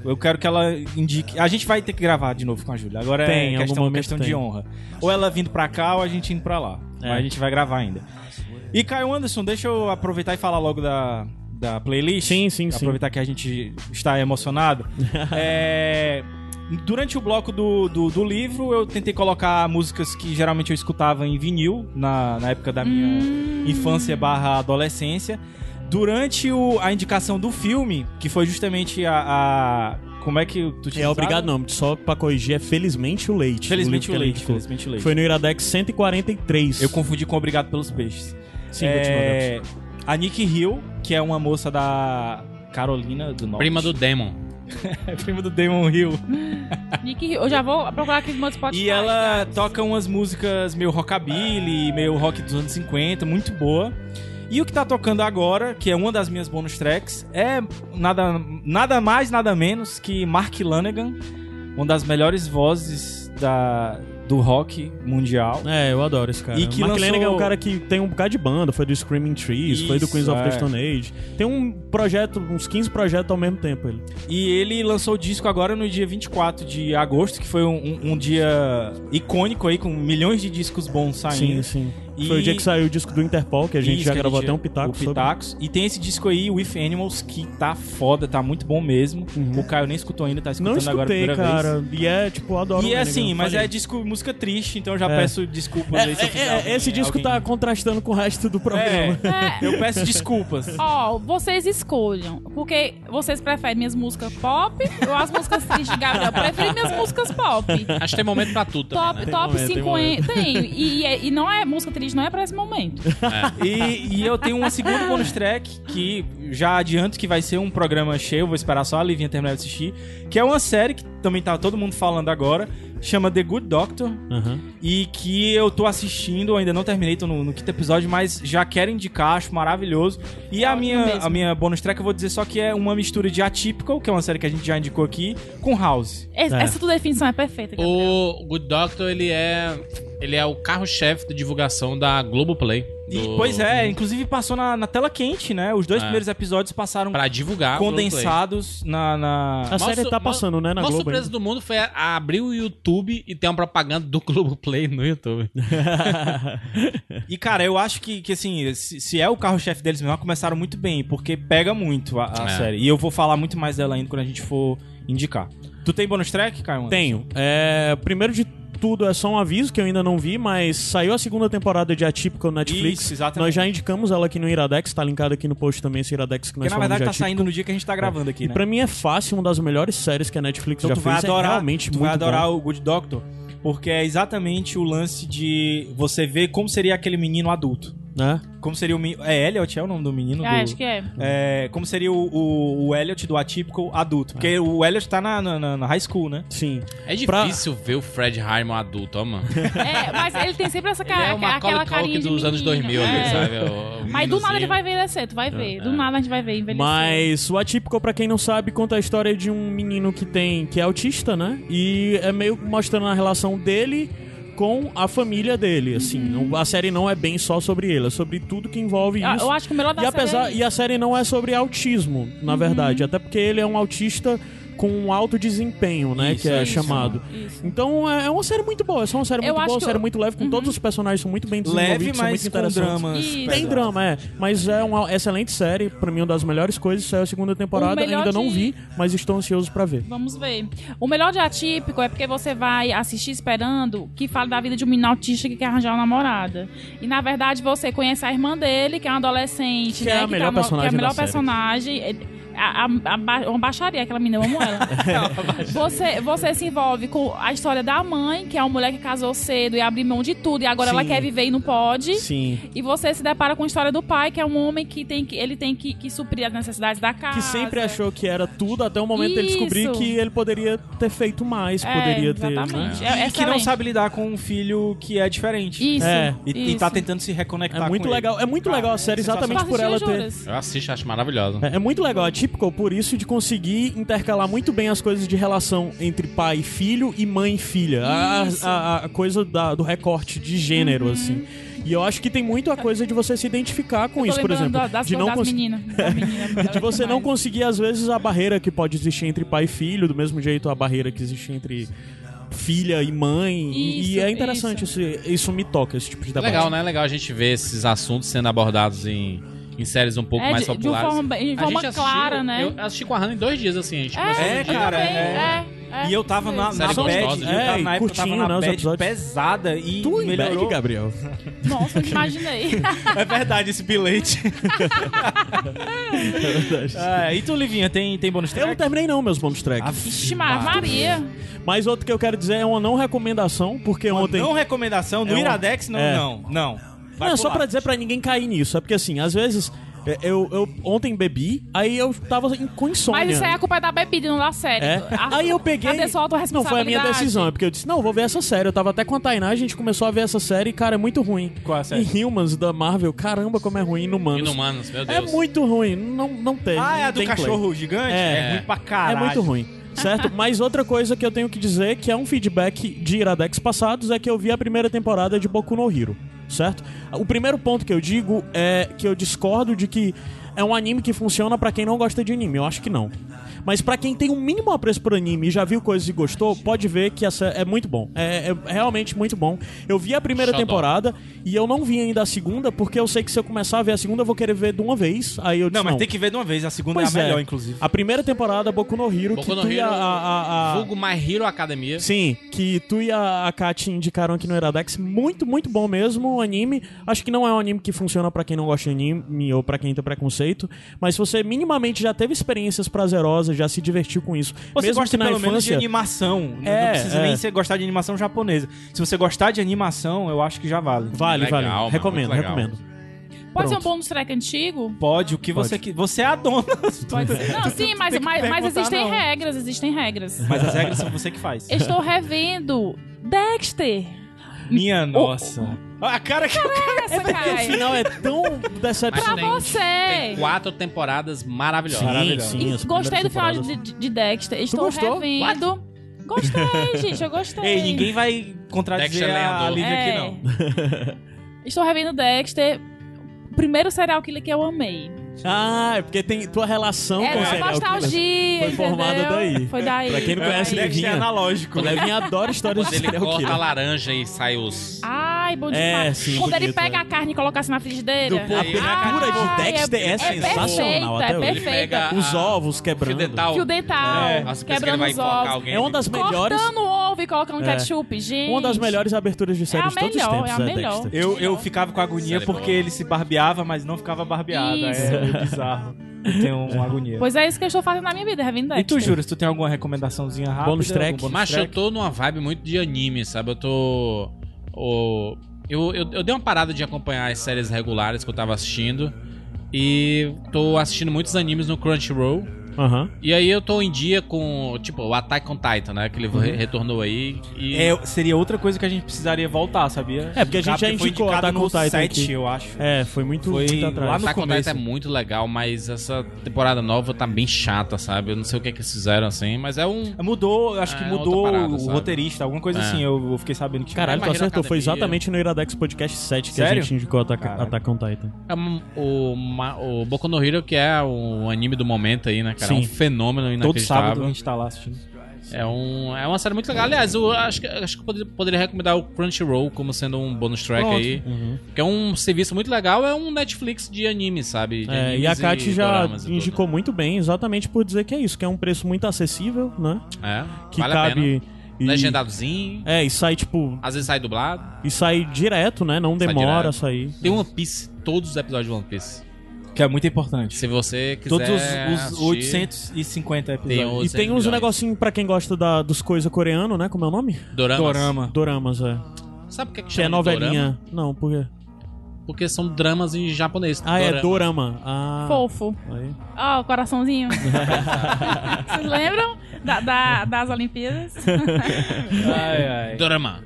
S1: Eu quero que ela indique. A gente vai ter que gravar de novo com a Júlia. Agora
S2: Tem, em
S1: é
S2: algum
S1: questão,
S2: momento
S1: questão
S2: tem.
S1: de honra. Ou ela vindo pra cá ou a gente indo pra lá.
S2: É.
S1: Mas a gente vai gravar ainda. E Caio Anderson, deixa eu aproveitar e falar logo da, da playlist.
S2: Sim, sim, sim.
S1: Aproveitar que a gente está emocionado. É, Durante o bloco do, do, do livro, eu tentei colocar músicas que geralmente eu escutava em vinil, na, na época da minha
S4: Hum.
S1: infância barra adolescência. Durante o- a indicação do filme, que foi justamente a. a- como é que tu tinha
S2: É
S1: usado?
S2: obrigado, não. Só pra corrigir, é Felizmente o Leite.
S1: Felizmente o,
S2: livro que ela
S1: leite.
S2: indicou.
S1: Felizmente o leite.
S2: Foi no Iradex 143.
S1: Eu confundi com Obrigado pelos Peixes.
S2: Sim, continua,
S1: é,
S2: Gabriel.
S1: a Nick Hill, que é uma moça da Carolina do Norte.
S3: Prima do Demon.
S1: É prima do Damon Hill.
S4: Nick Hill. Eu já vou procurar aqui no meu Spotify.
S1: E ela toca umas músicas meio rockabilly, meio rock dos anos 50, muito boa. E o que tá tocando agora, que é uma das minhas bonus tracks, é nada, nada mais, nada menos que Mark Lanegan, uma das melhores vozes da, do rock mundial.
S2: É, eu adoro esse cara.
S1: E que
S2: Mark
S1: lançou-
S2: Lanigan é um cara que tem um bocado de banda, foi do Screaming Trees, foi do
S1: Isso,
S2: Queens of the
S1: é.
S2: Stone Age. Tem um projeto, uns 15 projetos ao mesmo tempo ele.
S1: E ele lançou o disco agora no dia 24 de agosto, que foi um, um- um dia icônico aí, com milhões de discos bons
S2: sim,
S1: saindo.
S2: sim.
S1: E-
S2: Foi o dia que saiu o disco do Interpol, que a gente
S1: Isso,
S2: já
S1: que
S2: gravou
S1: gente-
S2: até um pitaco
S1: o
S2: sobre.
S1: Pitacos. E tem esse disco aí, With Animals, que tá foda, tá muito bom mesmo.
S2: Uhum.
S1: O Caio nem escutou ainda, tá escutando
S2: Não
S1: agora a
S2: escutei,
S1: primeira vez.
S2: cara. E é, tipo, eu adoro
S1: E
S2: o
S1: é
S2: Lanigan,
S1: assim, mas tipo,
S2: falei.
S1: é disco música triste, então eu já
S2: É.
S1: peço desculpas aí se eu
S2: É,
S1: fizer
S2: é,
S1: alguém-
S2: esse disco
S1: né? alguém-
S2: tá contrastando com o resto do programa.
S1: É, eu peço desculpas.
S4: Ó, vocês escolham. Porque vocês preferem minhas músicas pop ou as músicas tristes de Gabriel? Prefiro minhas músicas pop.
S3: Acho que tem momento pra tudo também,
S4: Top,
S3: né?
S4: top
S2: momento, tem
S4: 50. Tem. E, e, e não é música triste, não é pra esse momento.
S1: E, e eu tenho uma segunda bonus track que já adianto que vai ser um programa cheio, vou esperar só a Livinha terminar de assistir, que é uma série que também tá todo mundo falando agora, chama The Good Doctor,
S2: Aham.
S1: e que eu tô assistindo, ainda não terminei, tô no, no quinto episódio, mas já quero indicar, acho maravilhoso. E a
S4: Ótimo
S1: minha,
S4: mesmo.
S1: a minha bonus track eu vou dizer só que é uma mistura de Atypical, que é uma série que a gente já indicou aqui, com House.
S4: Es-
S2: É.
S4: Essa tua definição é perfeita, Gabriel.
S3: O Good Doctor, ele é. Ele é o carro-chefe da divulgação da Globoplay.
S1: E,
S3: do-
S1: pois é, inclusive passou na, na tela quente, né? Os dois
S3: É.
S1: primeiros episódios passaram
S3: Pra divulgar. a Globoplay.
S1: condensados na... na-
S2: A
S3: Mó
S2: série
S3: su-
S2: tá
S3: mó-
S2: passando, né, na
S3: maior
S2: Globo.
S3: surpresa
S2: ainda.
S3: do mundo foi a- abrir o YouTube e ter uma propaganda do Globoplay no YouTube.
S1: E, cara, eu acho que, que assim, se, se é o carro-chefe deles mesmo, começaram muito bem, porque pega muito a, a
S3: É.
S1: série. E eu vou falar muito mais dela ainda quando a gente for indicar. Tu tem bonus track, Caio?
S2: Tenho. É, primeiro de tudo, é só um aviso que eu ainda não vi, mas saiu a segunda temporada de Atípico no Netflix.
S1: Isso, exatamente.
S2: Nós já indicamos ela aqui no Iradex, tá linkado aqui no post também esse Iradex que nós
S1: Porque na
S2: falamos
S1: verdade
S2: de
S1: tá
S2: Atípico.
S1: saindo no dia que a gente tá gravando aqui,
S2: tipo, E
S1: né?
S2: pra mim é fácil, uma das melhores séries que a Netflix
S1: Então
S2: já
S1: tu vai
S2: fez. é
S1: adorar,
S2: realmente
S1: tu
S2: muito
S1: vai adorar
S2: bom.
S1: o Good Doctor, porque é exatamente o lance de você ver como seria aquele menino adulto.
S2: Né?
S1: Como seria o menino... É Elliot, é o nome do menino?
S4: Ah,
S1: do...
S4: acho que é.
S1: É, como seria o, o, o Elliot do atípico adulto. Porque
S2: É.
S1: o Elliot tá na, na, na- na high school, né?
S2: Sim.
S3: É
S2: Pra-
S3: difícil ver o Fred Harmon adulto, ó, mano.
S4: É, mas ele tem sempre essa
S3: Ele
S4: cara,
S3: é o Macaulay
S4: aquela
S3: Culkin
S4: carinha de
S3: dos anos
S4: menino.
S3: 2000,
S4: É.
S3: ali, sabe? O-
S4: Mas
S3: o
S4: do nada ele
S3: meninozinho.
S4: vai envelhecer, tu vai ver. Do nada a gente vai ver envelhecer.
S2: Mas o Atípico, pra quem não sabe, conta a história de um menino que tem que é autista, né? E é meio mostrando a relação dele com a família dele, assim. Não- A série não é bem só sobre ele, é sobre tudo que envolve
S4: Uhum. Ah,
S2: isso.
S4: Eu acho que o melhor da
S2: E,
S4: série
S2: apesar,
S4: é Uhum.
S2: e a série não é sobre autismo, na verdade. Até porque ele é um autista com alto desempenho, né?
S1: Isso,
S2: que é
S1: isso.
S2: chamado.
S4: Isso.
S2: Então é é uma série muito boa, é só uma série
S4: Eu
S2: muito
S4: acho
S2: boa, uma
S4: que
S2: série
S4: eu- Uhum.
S2: muito leve, com todos os personagens são muito bem
S1: Leve,
S2: desenvolvidos, são
S1: mas
S2: muito
S1: com
S2: interessantes.
S1: dramas.
S4: Isso.
S1: pesados.
S2: Tem drama, é. Mas é uma excelente série. Pra mim, uma das melhores coisas. Saiu a segunda temporada.
S4: O melhor
S2: Ainda não
S4: de-
S2: vi, mas estou ansioso pra ver.
S4: Vamos ver. O melhor de atípico é porque você vai assistir esperando que fale da vida de um menino autista que quer arranjar uma namorada. E na verdade você conhece a irmã dele, que é uma adolescente,
S2: Que
S4: né?
S2: é a
S4: tá
S2: melhor
S4: no-
S2: personagem
S4: Que é a
S2: da
S4: melhor
S2: série.
S4: personagem. Ele- a- a- a ba- uma baixaria, aquela menina, eu amo ela.
S2: É,
S4: você, você se envolve com a história da mãe, que é uma mulher que casou cedo e abriu mão de tudo, e agora ela
S2: Sim.
S4: quer viver e não pode.
S2: Sim.
S4: E você se depara com a história do pai, que é um homem que tem que ele tem que, que suprir as necessidades da casa.
S2: Que sempre achou que era tudo até o momento dele descobrir
S4: Ah, Isso.
S2: que ele poderia ter feito mais,
S4: É,
S2: poderia ter. Né?
S4: exatamente.
S1: É, é que não
S4: Excelente.
S1: sabe lidar com um filho que é diferente.
S4: Isso.
S2: É.
S1: E, e
S4: isso.
S1: tá tentando se reconectar
S2: É
S1: com
S2: muito
S1: ele.
S2: legal. É muito
S1: Cara,
S2: legal a
S1: é
S2: série
S1: sensacional.
S2: exatamente por ela ter.
S4: Juras.
S3: Eu assisto, acho maravilhosa.
S2: É é muito legal a Typical por isso de conseguir intercalar muito bem as coisas de relação entre pai e filho e mãe e filha. A,
S4: Isso. Uhum.
S2: a- a coisa da- do recorte de gênero, assim. E eu acho que tem muito a coisa de você se identificar com
S4: Tô
S2: isso, por
S4: lembrando
S2: exemplo.
S4: da- das,
S2: de não
S4: das
S2: cons-
S4: meninas. Um Da menina,
S2: de você não
S4: Mas-
S2: conseguir, às vezes, a barreira que pode existir entre pai e filho, do mesmo jeito a barreira que existe entre filha e mãe. E- e
S4: Isso,
S2: é interessante, isso, isso me toca, esse tipo de debate.
S3: Legal, né? Legal a gente ver esses assuntos sendo abordados em, em séries um pouco
S4: É,
S3: mais
S4: de, de uma
S3: populares.
S4: forma, de
S3: A
S4: forma
S3: gente assistiu-
S4: clara, né?
S3: Eu assisti com a Hannah em dois dias, assim. A gente começou
S1: É,
S3: no dia.
S1: cara,
S4: também,
S1: é.
S4: é,
S1: E eu tava na, na
S3: Série
S1: bad,
S3: gostosa,
S1: eu
S3: né?
S1: tava, na
S2: É, e
S1: época eu tava
S2: curtinho, né,
S1: na
S2: os
S1: bad
S2: episódios.
S1: pesada e
S2: Tu em
S1: melhorou.
S2: bad, Gabriel.
S4: Nossa, não imaginei.
S1: É verdade, esse bilhete.
S2: É
S1: Ah, e tu, Livinha, tem, tem bônus
S2: Eu não
S1: track?
S2: terminei não meus bônus tracks.
S4: Ixi, Mar- Maria.
S2: Mas outro que eu quero dizer é uma não recomendação, porque ontem.
S1: Não recomendação, no
S2: É um-
S1: Iradex, não,
S2: é.
S1: não, não. Vai
S2: Não, é só
S1: pular.
S2: pra dizer pra ninguém cair nisso. É porque assim, às vezes é, eu, eu ontem bebi, aí eu tava em- com insônia.
S4: Mas isso aí a culpa é da bebida, não da série.
S2: É.
S4: A-
S2: Aí eu peguei.
S4: Cadê sua
S2: Não, foi a
S4: autorresponsabilidade?
S2: minha decisão. É porque eu disse, não, eu vou ver essa série. Eu tava até com a Tainá, a gente começou a ver essa série e, cara, é muito ruim.
S1: Qual a série?
S2: E Humans da Marvel, caramba, como é ruim Inumanos.
S3: Inumanos, meu
S2: É
S3: Deus.
S2: muito ruim, não, não tem.
S1: Ah, é a
S2: não
S1: do
S2: tem play.
S1: cachorro gigante?
S2: É.
S1: É. ruim pra caralho.
S2: É muito ruim. Certo? Mas outra coisa que eu tenho que dizer, que é um feedback de Iradex passados, é que eu vi a primeira temporada de Boku no Hero, certo? O primeiro ponto que eu digo é que eu discordo de que é um anime que funciona pra quem não gosta de anime. Eu acho que não. Mas pra quem tem um mínimo apreço por anime e já viu coisas e gostou, pode ver que essa é muito bom. É, é realmente muito bom. Eu vi a primeira
S3: Xodó.
S2: temporada e eu não vi ainda a segunda, porque eu sei que se eu começar a ver a segunda, eu vou querer ver de uma vez. Aí eu disse,
S1: Não, mas tem que ver de uma vez. A segunda
S2: Pois
S1: é a melhor, inclusive.
S2: A primeira temporada, Boku no Hero,
S3: Boku
S2: que
S3: no
S2: tu e a,
S3: Hero,
S2: a- a- a-
S3: Vulgo My Hero Academia.
S2: Sim, que tu e a, a Kat indicaram aqui no Iradex. Muito, muito bom mesmo o anime. Acho que não é um anime que funciona pra quem não gosta de anime ou pra quem tem preconceito. Mas se você minimamente já teve experiências prazerosas, já se divertiu com isso.
S1: Você
S2: mesmo
S1: gosta
S2: que na
S1: pelo
S2: infância,
S1: menos de animação. Não-
S2: É,
S1: não precisa
S2: é.
S1: nem ser gostar de animação japonesa. Se você gostar de animação, eu acho que já vale.
S2: Vale,
S3: Legal,
S2: vale.
S3: mano,
S2: recomendo,
S3: muito legal.
S2: recomendo.
S4: Pode ser um
S2: Pronto.
S4: bônus track antigo?
S1: Pode, o que você que Você é a dona.
S4: Pode ser. Não, sim, mas, mas,
S1: tem que
S4: mas
S1: perguntar,
S4: existem
S1: não.
S4: regras, existem regras.
S1: Mas as regras são você que faz.
S4: Estou revendo Dexter.
S1: Minha
S2: Oh,
S1: nossa. A cara que
S4: Essa,
S2: O
S4: cara.
S2: final é tão
S3: Mas
S2: decepcionante.
S3: tem,
S4: é você.
S3: tem quatro temporadas maravilhosas.
S1: Maravilhoso.
S2: Sim,
S4: E
S2: sim, as
S4: gostei do
S2: primeiras
S4: final
S2: temporadas.
S4: de, de- de Dexter. Estou
S2: gostou?
S4: revendo. Gostei, gente, eu gostei.
S1: Ei, ninguém vai contradizer
S3: Dexter
S1: a
S3: Leandro.
S1: Lívia
S4: É.
S1: aqui, não.
S4: Estou revendo Dexter. Primeiro serial killer que eu amei.
S2: Ah, é porque tem tua relação
S4: Era
S2: com
S4: É,
S2: o
S4: uma
S2: serial killer.
S4: nostalgia,
S2: Foi formada
S4: entendeu?
S2: daí.
S4: Foi daí.
S2: Pra quem não
S4: foi
S2: conhece,
S4: daí.
S1: Dexter é
S2: Livinha.
S1: analógico.
S2: O Levin adora histórias
S3: Quando
S2: de
S3: ele
S2: serial
S3: corta a
S2: killer.
S3: laranja e sai os...
S4: Ai, bom
S2: É,
S4: demais.
S2: sim,
S4: Quando ele
S2: bonito,
S4: pega
S2: é.
S4: a carne e coloca assim na frigideira.
S2: Do- a
S4: Ai,
S2: pinacura de Dexter é, sensacional
S4: perfeita,
S2: até
S4: é
S2: hoje.
S4: perfeita.
S3: pega
S2: Os
S3: a-
S2: ovos quebrando.
S3: Fio dental.
S4: Fio dental,
S3: É. Nossa, pensa que ele
S4: quebrando
S3: vai
S4: os
S3: enforcar
S4: ovos.
S3: alguém.
S2: É uma das melhores,
S4: Cortando o ovo e colocando
S2: É.
S4: ketchup, gente.
S2: uma das melhores aberturas de série
S4: É a
S2: de todos os
S4: melhor,
S2: tempos,
S4: é a
S2: né,
S4: melhor.
S2: Dexter?
S1: Eu, eu ficava com agonia porque ele se barbeava, mas não ficava barbeado.
S4: Isso.
S1: É meio bizarro. Eu tenho uma agonia.
S4: Pois é isso que eu estou fazendo na minha vida, revendo
S1: E tu,
S4: Dexter.
S1: Juras, tu tem alguma recomendaçãozinha rápida?
S2: Bônus track.
S1: Algum bônus
S3: Macho, eu
S1: track?
S3: tô numa vibe muito de anime, sabe? Eu tô. o- eu, eu, eu dei uma parada de acompanhar as séries regulares que eu tava assistindo. E tô assistindo muitos animes no Crunchyroll.
S2: Aham.
S3: E aí eu tô em dia com, tipo, o Attack on Titan, né? Que ele
S2: Uhum.
S3: re- retornou aí. E
S1: É, seria outra coisa que a gente precisaria voltar, sabia?
S2: É, porque a gente já
S1: foi
S2: indicou
S1: indicado
S2: Attack on
S1: no
S2: Titan
S1: 7,
S2: aqui.
S1: eu acho.
S2: É, foi muito,
S1: Foi
S2: muito
S1: lá
S2: atrás.
S1: no
S3: Attack on
S1: começo.
S3: Titan é muito legal, mas essa temporada nova tá bem chata, sabe? Eu não sei o que, é que eles fizeram assim, mas é um.
S1: Mudou, acho que
S3: É,
S1: mudou
S3: outra parada,
S1: o
S3: sabe?
S1: roteirista, alguma coisa
S3: É.
S1: assim, eu, eu fiquei sabendo que tinha.
S2: Caralho, tu
S3: Imagina
S2: acertou. Foi
S3: academia.
S2: exatamente no Iradex Podcast 7 que a
S1: Sério?
S2: gente indicou Attack,
S1: Caralho.
S2: Attack on Titan.
S3: é um- o, ma- o Boku no Hero, que é o anime do momento aí, né, cara? cara. É um
S2: Sim.
S3: fenômeno
S1: Todo
S3: inacreditável.
S1: sábado a gente tá lá assistindo.
S3: É, um, é uma série muito legal. Aliás, eu acho que, acho que eu poderia, poderia recomendar o Crunchyroll como sendo um bonus track
S1: Pronto.
S3: aí. Que é um serviço muito legal, é um Netflix de anime, sabe? De
S2: É, e a
S3: animes
S2: Kat já
S3: doramas e tudo.
S2: indicou muito bem, exatamente por dizer que é isso, que é um preço muito acessível, né?
S3: É,
S2: Que
S3: vale a pena.
S2: cabe. e-
S3: Legendadozinho,
S2: É, e sai, tipo.
S3: às vezes sai dublado.
S2: E sai direto, né? Não
S3: Sai
S2: demora a
S3: direto.
S2: sair.
S3: Tem One Piece, todos os episódios de One Piece.
S1: Que é muito importante.
S3: Se você quiser
S1: Todos os, os
S3: assistir,
S1: 850 episódios.
S3: Tem
S2: E
S3: os-
S2: tem uns
S3: episódios.
S2: negocinhos pra quem gosta da, dos coisa coreano, né? Como é o nome?
S3: doramas.
S1: Dorama.
S2: Doramas, é.
S3: Sabe por que, que
S2: Que é
S3: chama de Ah. dorama?
S2: novelinha. Não, por quê?
S3: Porque são dramas em japonês.
S2: Ah, é
S3: dorama.
S2: dorama. Ah.
S4: Fofo.
S2: Aí.
S4: Ó, o coraçãozinho. Vocês lembram da- da- das Olimpíadas?
S1: Ai, ai.
S3: Dorama.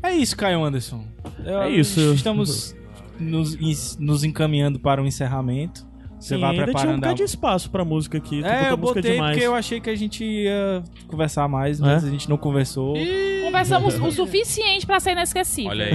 S1: É isso, Caio Anderson. Eu-
S2: É isso.
S1: Estamos nos, ens- nos encaminhando para o encerramento. Você
S2: Sim,
S1: vai
S2: ainda tinha um
S1: preparando. a-
S2: bocado de espaço pra música aqui. tu
S1: É,
S2: botou
S1: eu
S2: música
S1: botei
S2: demais.
S1: porque eu achei que a gente ia conversar mais, mas
S2: É?
S1: a gente não conversou.
S4: Conversamos o suficiente pra ser inesquecível.
S3: Olha aí.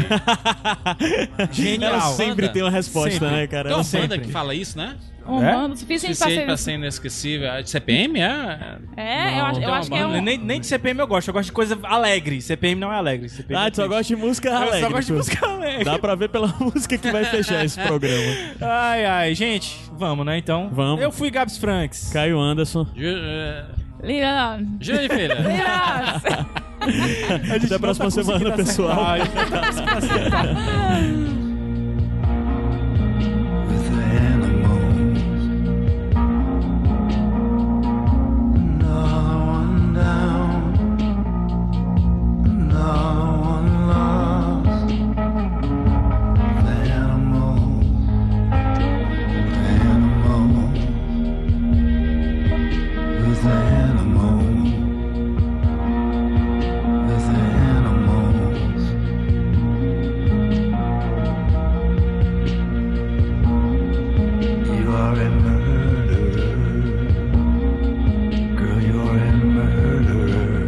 S1: Genial.
S2: Ela sempre
S3: Banda. Então
S2: tem uma resposta,
S1: Sempre.
S2: né, cara?
S3: Tem uma
S2: Ela
S3: banda
S2: sempre.
S3: que fala isso, né?
S4: Um
S1: É?
S4: ano, o suficiente pra
S3: Suficiente
S4: ser.
S3: pra ser inesquecível. A de CPM, é?
S4: É, eu acho, eu
S3: tem uma
S4: acho que é
S3: banda.
S4: um.
S1: Nem, nem de CPM eu gosto, eu gosto de coisa alegre. CPM não é alegre. CPM
S2: Ah,
S1: é
S2: tu só
S1: triste.
S2: gosta de música
S1: Eu
S2: alegre.
S1: só gosto de
S2: tu.
S1: música alegre.
S2: Dá pra ver pela música que vai fechar esse programa.
S1: Ai, ai, gente, vamos, né, então?
S2: Vamos.
S1: Eu fui Gabs Franks.
S2: Caio Anderson.
S3: Ju- é,
S4: Lira-
S3: Júlia de Feira.
S4: Lira-
S1: A gente
S2: Até a
S1: não
S2: próxima
S1: tá
S2: semana,
S1: conseguindo
S2: pessoal.
S1: acertar.
S6: with animals. Another one down, another one lost. With animals, with animals, with animals, with animals. You are a murderer. Girl, you're a murderer.